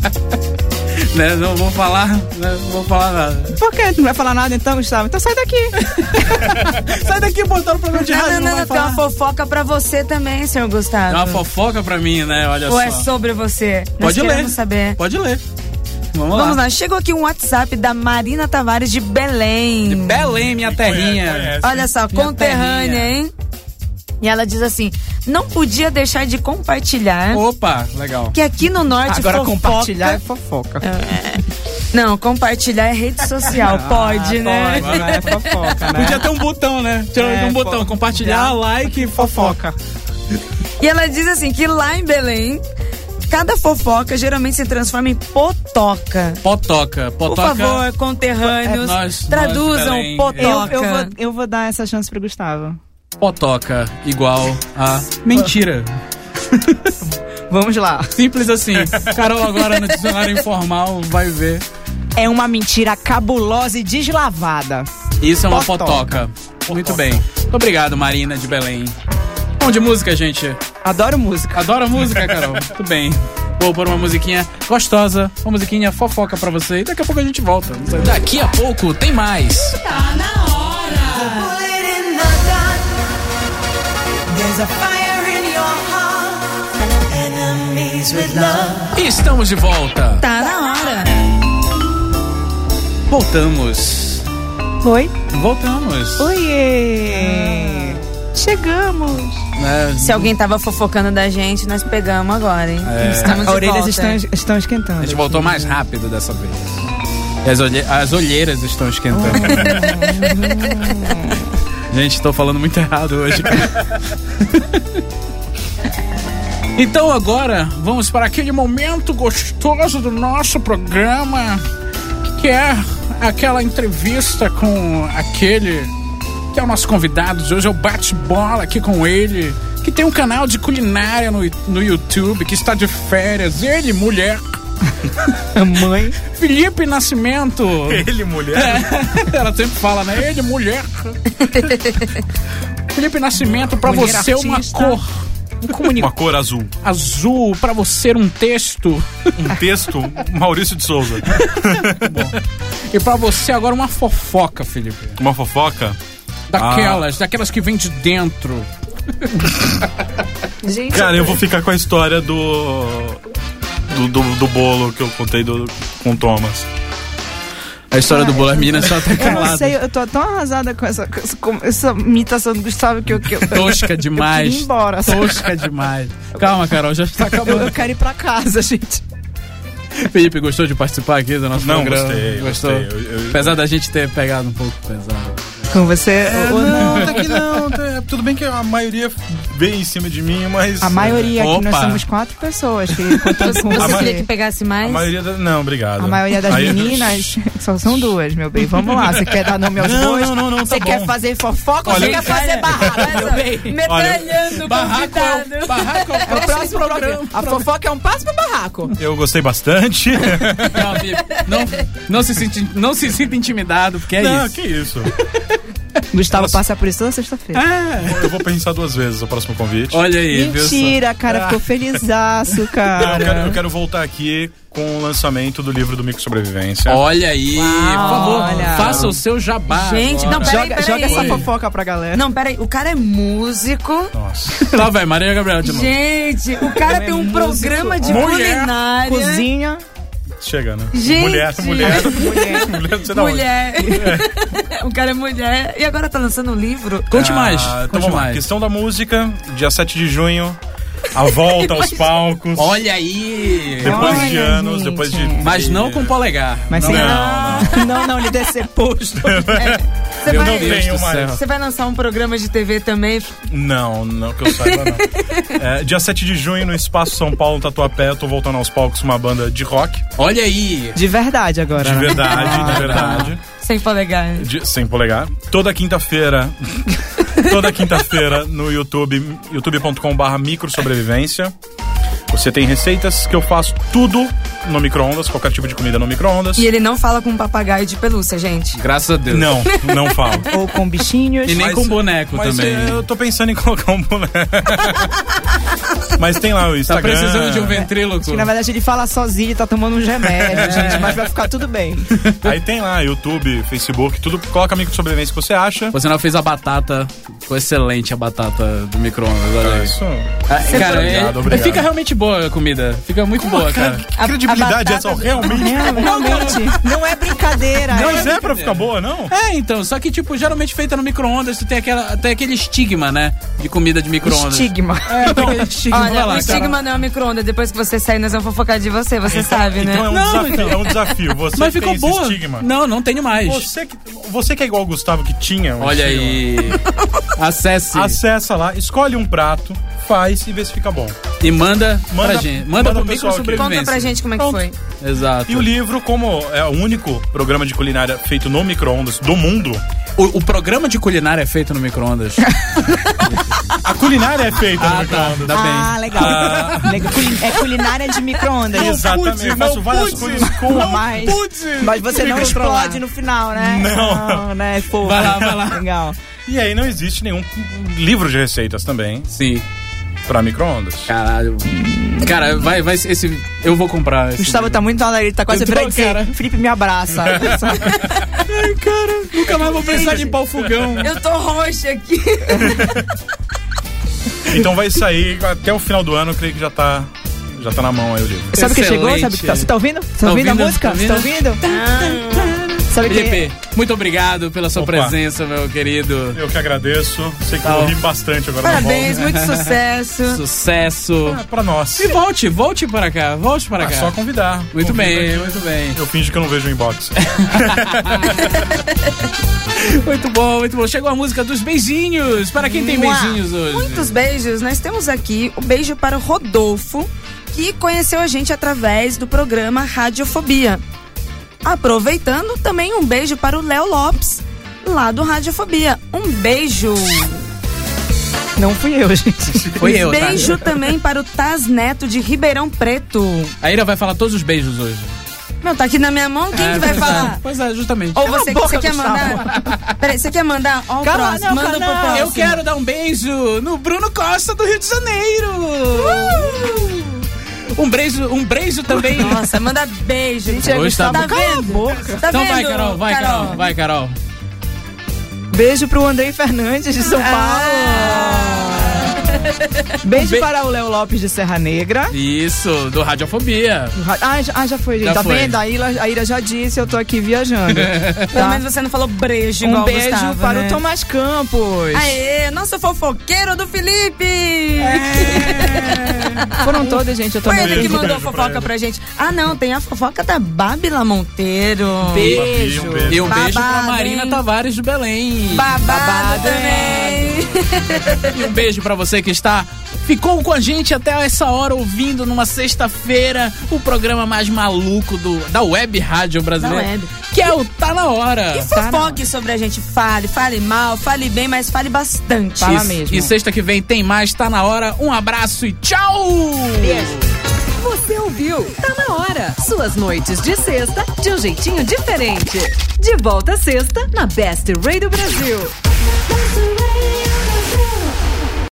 Speaker 1: Né, Não vou falar, né, não vou falar nada.
Speaker 5: Por que? Não vai falar nada então, Gustavo? Então sai daqui.
Speaker 1: Sai daqui, botaram o programa de
Speaker 4: Não,
Speaker 1: rádio,
Speaker 4: não,
Speaker 1: não,
Speaker 4: não,
Speaker 1: vai
Speaker 4: não, tem uma
Speaker 1: falar.
Speaker 4: fofoca pra você também, senhor Gustavo.
Speaker 1: É uma fofoca pra mim, né? Olha
Speaker 4: Ou
Speaker 1: só.
Speaker 4: é sobre você? Nós
Speaker 1: Pode ler.
Speaker 4: queremos saber.
Speaker 1: Pode ler. Vamos lá.
Speaker 4: Vamos lá, chegou aqui um WhatsApp da Marina Tavares de Belém.
Speaker 1: Belém, minha terrinha.
Speaker 6: Conhece,
Speaker 4: Olha só,
Speaker 1: Minha
Speaker 4: conterrânea,
Speaker 1: terrinha.
Speaker 4: hein? E ela diz assim: não podia deixar de compartilhar
Speaker 1: Opa, legal.
Speaker 4: que aqui no norte
Speaker 5: Agora
Speaker 4: fofoca-
Speaker 5: compartilhar é fofoca. Ah,
Speaker 4: Não, compartilhar é rede social, pode, né?
Speaker 5: Pode, né? É fofoca, né?
Speaker 1: Podia ter um botão, né? Tinha
Speaker 5: É,
Speaker 1: um botão,
Speaker 5: fofoca.
Speaker 1: compartilhar, like e fofoca.
Speaker 5: fofoca.
Speaker 4: E ela diz assim que lá em Belém, cada fofoca geralmente se transforma em potoca.
Speaker 1: Potoca,
Speaker 4: Por
Speaker 1: potoca.
Speaker 4: favor, conterrâneos,
Speaker 1: É, nós- nós,
Speaker 4: traduzam
Speaker 1: Belém,
Speaker 5: Eu,
Speaker 4: potoca.
Speaker 5: eu, vou, eu vou dar essa chance pro Gustavo.
Speaker 1: Potoca igual a mentira.
Speaker 5: Vamos lá.
Speaker 1: Simples assim. Carol agora no dicionário informal vai ver.
Speaker 5: É uma mentira cabulosa e deslavada.
Speaker 1: Isso é uma
Speaker 5: Potoca.
Speaker 1: potoca. Muito bem. Muito obrigado, Marina de Belém. Bom de música, gente.
Speaker 5: Adoro música.
Speaker 1: Adora música, Carol. Muito bem. Vou pôr uma musiquinha gostosa, uma musiquinha fofoca pra você. E daqui a pouco a gente volta. Daqui a pouco tem mais. Estamos de volta.
Speaker 4: Tá na hora.
Speaker 1: Voltamos.
Speaker 5: Oi?
Speaker 1: Voltamos.
Speaker 5: Oiê! Chegamos!
Speaker 1: É,
Speaker 4: Se alguém tava fofocando da gente, nós pegamos agora, hein? Estamos de
Speaker 5: Orelhas
Speaker 4: volta.
Speaker 5: estão, estão
Speaker 1: A
Speaker 5: esquentando.
Speaker 1: gente voltou mais rápido dessa vez. E as, olhe- as olheiras estão esquentando. gente, tô falando muito errado hoje. então agora, vamos para aquele momento gostoso do nosso programa, que é aquela entrevista com aquele que é o nosso convidado de hoje. Eu bate bola aqui com ele, que tem um canal de culinária no, no YouTube, que está de férias. Ele, mulher,
Speaker 5: Mãe.
Speaker 1: Felipe Nascimento.
Speaker 6: Ele,
Speaker 1: É.
Speaker 6: mulher.
Speaker 1: Ela sempre fala, né? Ele, mulher. Felipe Nascimento, pra
Speaker 5: Mulher
Speaker 1: você uma
Speaker 5: artista.
Speaker 1: cor um
Speaker 6: Uma cor azul.
Speaker 1: azul, pra você um texto
Speaker 6: Um texto, Maurício de Souza.
Speaker 1: e pra você agora uma fofoca, Felipe.
Speaker 6: Uma fofoca.
Speaker 1: Daquelas, daquelas que vem de dentro.
Speaker 4: Gente,
Speaker 6: Cara, eu vou ficar com a história do. Do, do, do bolo que eu contei do, com o Thomas.
Speaker 1: A história do Bola Minas só tá até
Speaker 5: Eu não sei, eu tô tão arrasada com essa, com essa- com essa imitação do Gustavo que eu. Que eu
Speaker 1: Tosca
Speaker 5: eu
Speaker 1: demais.
Speaker 5: queria ir embora. sabe?
Speaker 1: Tosca demais. Calma, Carol, já está
Speaker 5: Eu,
Speaker 1: acabando.
Speaker 5: eu quero ir pra casa, gente.
Speaker 1: Felipe, gostou de participar aqui do nosso
Speaker 6: Não,
Speaker 1: programa?
Speaker 6: gostei,
Speaker 1: Gostou?
Speaker 6: gostei. Eu- eu-
Speaker 1: Apesar da gente ter pegado um pouco pesado.
Speaker 5: Com você ou É, não?
Speaker 6: Não, tá que não. tá- tudo bem que a maioria veio em cima de mim, mas.
Speaker 5: A maioria aqui, nós
Speaker 1: Opa.
Speaker 5: somos quatro pessoas. Que, contando com
Speaker 4: você
Speaker 6: mas-
Speaker 4: queria que
Speaker 5: você.
Speaker 4: pegasse
Speaker 6: A
Speaker 4: mais?
Speaker 6: maioria da- Não, obrigado.
Speaker 5: A maioria das
Speaker 6: Aí eu-
Speaker 5: meninas só são duas, meu bem. Vamos lá. Você quer dar nome aos
Speaker 6: Não,
Speaker 5: bois?
Speaker 6: não, não, não, tá
Speaker 5: Você
Speaker 6: bom.
Speaker 5: quer fazer fofoca ou
Speaker 6: Olha,
Speaker 5: você quer fazer barraco, meu bem?
Speaker 4: Metralhando o
Speaker 1: Barraco é
Speaker 4: convidado.
Speaker 1: o, barraco é
Speaker 5: É o próximo programa. A fofoca é um passo pro barraco.
Speaker 6: Eu gostei bastante.
Speaker 1: Não, Bibi, não, não, se sinta, não se sinta intimidado, porque é
Speaker 6: não,
Speaker 1: isso.
Speaker 6: que isso.
Speaker 5: Gustavo
Speaker 6: Nossa.
Speaker 5: passa por isso toda sexta-feira.
Speaker 1: Ah,
Speaker 6: Eu vou pensar duas vezes o próximo convite.
Speaker 1: olha aí, viu? só?
Speaker 5: Mentira, cara. Ficou felizaço,
Speaker 6: Não, eu, quero, eu
Speaker 5: cara.
Speaker 6: quero voltar aqui com o lançamento do livro do Micro Sobrevivência.
Speaker 1: Olha aí, por favor,
Speaker 5: olha.
Speaker 1: faça o seu jabá.
Speaker 4: Gente, não,
Speaker 1: agora.
Speaker 4: peraí,
Speaker 5: Joga,
Speaker 4: peraí.
Speaker 5: joga essa fofoca pra galera.
Speaker 4: Não, peraí. O cara é músico.
Speaker 6: Nossa.
Speaker 1: Lá vai, Maria Gabriela de novo.
Speaker 4: Gente, o cara tem um programa de
Speaker 6: é Mulher.
Speaker 4: culinária.
Speaker 5: Cozinha,
Speaker 6: Chega, né?
Speaker 4: Gente.
Speaker 6: Mulher, mulher. Mulher, você dá onde?
Speaker 4: Mulher. o cara é mulher. E agora tá lançando um livro.
Speaker 1: Conte
Speaker 6: Ah,
Speaker 1: mais,
Speaker 6: Então
Speaker 1: conte
Speaker 6: vamos lá.
Speaker 1: mais.
Speaker 6: Questão da música, dia 7 de junho. A volta aos palcos.
Speaker 1: Olha aí.
Speaker 6: Depois de
Speaker 5: Olha,
Speaker 6: anos,
Speaker 5: gente.
Speaker 6: depois de.
Speaker 1: Mas não com polegar.
Speaker 5: mas
Speaker 1: não,
Speaker 5: sem.
Speaker 6: Não,
Speaker 5: Não, não, ele deve ser posto.
Speaker 4: Você
Speaker 6: eu
Speaker 4: vai,
Speaker 6: não tenho
Speaker 1: do
Speaker 6: mais.
Speaker 1: céu.
Speaker 4: você vai lançar um programa de TV também.
Speaker 6: Não, não que eu saiba, não. É, dia 7 de junho, no Espaço São Paulo, no Tatuapé, eu tô voltando aos palcos uma banda de rock.
Speaker 1: Olha aí.
Speaker 5: De verdade agora.
Speaker 6: De
Speaker 5: né?
Speaker 1: Ah, tá.
Speaker 6: verdade, de verdade.
Speaker 4: Sem polegar.
Speaker 6: De- sem polegar. Toda quinta-feira. toda quinta-feira no YouTube, youtube.com/barra microsobrevivência. Você tem receitas que eu faço tudo no micro-ondas, qualquer tipo de comida no micro-ondas.
Speaker 4: E ele não fala com um papagaio de pelúcia, gente.
Speaker 1: Graças a Deus.
Speaker 6: Não, não falo.
Speaker 5: Ou com bichinhos.
Speaker 1: E nem
Speaker 6: Mas-
Speaker 1: com boneco
Speaker 6: Mas
Speaker 1: Tipo, também.
Speaker 6: eh, eu tô pensando em colocar um boneco. Mas tem lá o
Speaker 1: Tá
Speaker 6: Instagram.
Speaker 1: precisando de um ventríloco.
Speaker 5: Que na verdade ele fala sozinho e tá tomando uns remédios, gente. Mas vai ficar tudo bem.
Speaker 6: Aí tem lá YouTube, Facebook, tudo. Coloca micro sobrevivência que você acha.
Speaker 1: Você não fez a batata. Ficou excelente a batata do micro-ondas, olha aí.
Speaker 6: Isso.
Speaker 1: Ah, Cara,
Speaker 6: Tá. Obrigado,
Speaker 1: é-
Speaker 6: obrigado.
Speaker 1: fica realmente boa a comida. Fica muito boa, cara.
Speaker 6: Que credibilidade
Speaker 4: a
Speaker 6: é essa? Realmente.
Speaker 5: Real- Realmente, não é brincadeira.
Speaker 6: Mas é pra ficar boa, não?
Speaker 1: É, então, só que, tipo, geralmente feita no micro-ondas, tu tem, aquela, tem aquele estigma, né? De comida de micro-ondas.
Speaker 5: estigma.
Speaker 1: É, tem aquele estigma. vai
Speaker 4: Olha,
Speaker 1: lá,
Speaker 4: o estigma
Speaker 1: cara.
Speaker 4: não é micro-ondas. Depois que você sair, nós vamos fofocar de você. Você sabe, né?
Speaker 6: Então é um,
Speaker 1: Não,
Speaker 6: desafio,
Speaker 1: então.
Speaker 6: é um desafio. Você
Speaker 1: Mas
Speaker 6: tem
Speaker 1: ficou
Speaker 6: esse
Speaker 1: boa.
Speaker 6: estigma.
Speaker 1: Não, não tenho mais.
Speaker 6: Você que, você que é igual o Gustavo que tinha. um
Speaker 1: Olha
Speaker 6: estigma,
Speaker 1: aí. Acesse
Speaker 6: Acessa lá, escolhe um prato, faz e vê se fica bom.
Speaker 1: e manda,
Speaker 6: Manda-
Speaker 1: pra gente. Manda,
Speaker 6: manda
Speaker 1: pro
Speaker 6: pro
Speaker 1: micro
Speaker 6: pessoal aqui.
Speaker 1: sobrevivência.
Speaker 4: Conta pra gente como é que
Speaker 6: Pronto.
Speaker 4: foi.
Speaker 1: Exato.
Speaker 6: E o livro, como é o único programa de culinária feito no micro-ondas do mundo,
Speaker 1: O, o programa de culinária é feito no micro-ondas. Ah,
Speaker 6: A culinária é feita no micro-ondas.
Speaker 1: Ainda Tá bem.
Speaker 5: Ah, legal. Legal. Culi- É culinária de micro-ondas.
Speaker 6: Exatamente. eu faço várias coisas com a
Speaker 5: Mas,
Speaker 6: pude
Speaker 5: mas você
Speaker 6: me
Speaker 5: não
Speaker 6: controlar.
Speaker 5: explode no final, né?
Speaker 6: Não.
Speaker 5: né? Pô,
Speaker 1: Vai lá, vai lá.
Speaker 5: Legal.
Speaker 6: E aí não existe nenhum livro de receitas também
Speaker 1: Sim.
Speaker 6: pra micro-ondas.
Speaker 1: Caralho. Cara, vai, vai. Esse, eu vou comprar. Esse
Speaker 5: Gustavo
Speaker 1: livro.
Speaker 5: tá muito alegre, tá quase
Speaker 1: Eu tô,
Speaker 5: virando dizer,
Speaker 1: cara.
Speaker 5: Felipe me abraça.
Speaker 1: Nunca mais vou pensar em limpar o fogão.
Speaker 4: Eu tô roxa aqui.
Speaker 6: Então vai sair até o final do ano, eu creio que já tá, já tá na mão aí o livro.
Speaker 5: Sabe o que chegou? Sabe o que tá? Você tá ouvindo? Tá ouvindo a
Speaker 1: ouvindo?
Speaker 5: música?
Speaker 1: Tá
Speaker 5: Você tá ouvindo? Sabe o que
Speaker 1: Felipe, muito obrigado pela sua
Speaker 6: Opa.
Speaker 1: presença, meu querido.
Speaker 6: Eu que agradeço. Sei que
Speaker 1: Tá
Speaker 6: eu
Speaker 1: bom.
Speaker 6: ri bastante agora
Speaker 4: Parabéns,
Speaker 6: na volta.
Speaker 4: muito sucesso.
Speaker 1: Sucesso.
Speaker 6: É pra nós.
Speaker 1: E volte, volte para cá, volte para
Speaker 6: É
Speaker 1: cá.
Speaker 6: só convidar.
Speaker 1: Muito
Speaker 6: Convida
Speaker 1: bem,
Speaker 6: que
Speaker 1: muito bem.
Speaker 6: Eu finge que eu não vejo o inbox.
Speaker 1: Muito bom, muito bom. Chegou a música dos beijinhos. Para quem tem
Speaker 4: Mua.
Speaker 1: beijinhos hoje?
Speaker 4: Muitos beijos. Nós temos aqui o beijo para o Rodolfo, que conheceu a gente através do programa Radiofobia. Aproveitando, também um beijo para o Léo Lopes, lá do Radiofobia. Um beijo.
Speaker 5: é? Não fui eu, gente.
Speaker 1: Foi eu, tá?
Speaker 4: Um beijo também para o Taz Neto de Ribeirão Preto.
Speaker 1: A Ira vai falar todos os beijos hoje.
Speaker 4: Meu, tá aqui na minha mão, quem
Speaker 1: É,
Speaker 4: que vai
Speaker 1: pois é,
Speaker 4: falar?
Speaker 1: Pois é, justamente.
Speaker 4: Ou
Speaker 5: Cala a
Speaker 4: você,
Speaker 5: boca,
Speaker 4: você quer
Speaker 5: Gustavo.
Speaker 4: mandar? Peraí, você quer mandar? Ó, o
Speaker 5: Cala-
Speaker 4: próximo.
Speaker 5: não,
Speaker 4: Manda
Speaker 5: cala-
Speaker 4: pro próximo.
Speaker 1: Eu quero dar um beijo no Bruno Costa do Rio de Janeiro.
Speaker 4: Uh!
Speaker 1: Um beijo, um beijo também.
Speaker 4: Nossa, manda beijo.
Speaker 5: é
Speaker 4: Gente,
Speaker 1: Hoje tá
Speaker 4: tá
Speaker 1: bom.
Speaker 4: vendo? Tá
Speaker 1: então vai,
Speaker 4: vendo,
Speaker 1: Carol, vai, Carol, vai, Carol.
Speaker 5: Beijo pro Andrei Fernandes de São
Speaker 1: Ah.
Speaker 5: Paulo. Beijo
Speaker 1: Be-
Speaker 5: para o Léo Lopes de Serra Negra.
Speaker 1: Isso, do Radiofobia.
Speaker 5: Ah, já, ah, já foi, gente.
Speaker 1: Já
Speaker 5: tá
Speaker 1: foi.
Speaker 5: vendo? A Ira, a Ira já disse, eu tô aqui viajando.
Speaker 4: Ah, Pelo
Speaker 5: Tá?
Speaker 4: menos você não falou brejo igual
Speaker 5: Um
Speaker 4: o
Speaker 5: beijo
Speaker 4: Gustavo,
Speaker 5: para
Speaker 4: né?
Speaker 5: o Tomás Campos.
Speaker 4: Aê, nosso fofoqueiro do Felipe!
Speaker 5: É, Foram todas, gente. Eu tô
Speaker 4: Foi
Speaker 5: muito-
Speaker 4: ele que
Speaker 6: beijo,
Speaker 4: mandou
Speaker 6: beijo pra
Speaker 4: fofoca pra,
Speaker 6: ele.
Speaker 4: gente. Ah, não, tem a fofoca da Bábila Monteiro.
Speaker 1: Beijo.
Speaker 6: Um beijo.
Speaker 1: E um beijo pra
Speaker 4: Babado,
Speaker 1: Marina
Speaker 4: hein?
Speaker 1: Tavares do Belém.
Speaker 4: Babado,
Speaker 5: Babado, é.
Speaker 4: também.
Speaker 1: E um beijo pra você que está ficou com a gente até essa hora ouvindo numa sexta-feira o programa mais maluco do, da web rádio brasileira,
Speaker 4: Da web.
Speaker 1: que é o Tá na hora.
Speaker 4: E fofoque sobre a gente. Fale, fale mal, fale bem, mas fale bastante.
Speaker 5: Fala
Speaker 1: E-
Speaker 5: mesmo.
Speaker 1: E sexta que vem tem mais Tá na hora. Um abraço e tchau.
Speaker 3: Você ouviu? Tá na hora. Suas noites de sexta de um jeitinho diferente. De volta sexta na Best Radio Brasil.
Speaker 2: That's the radio.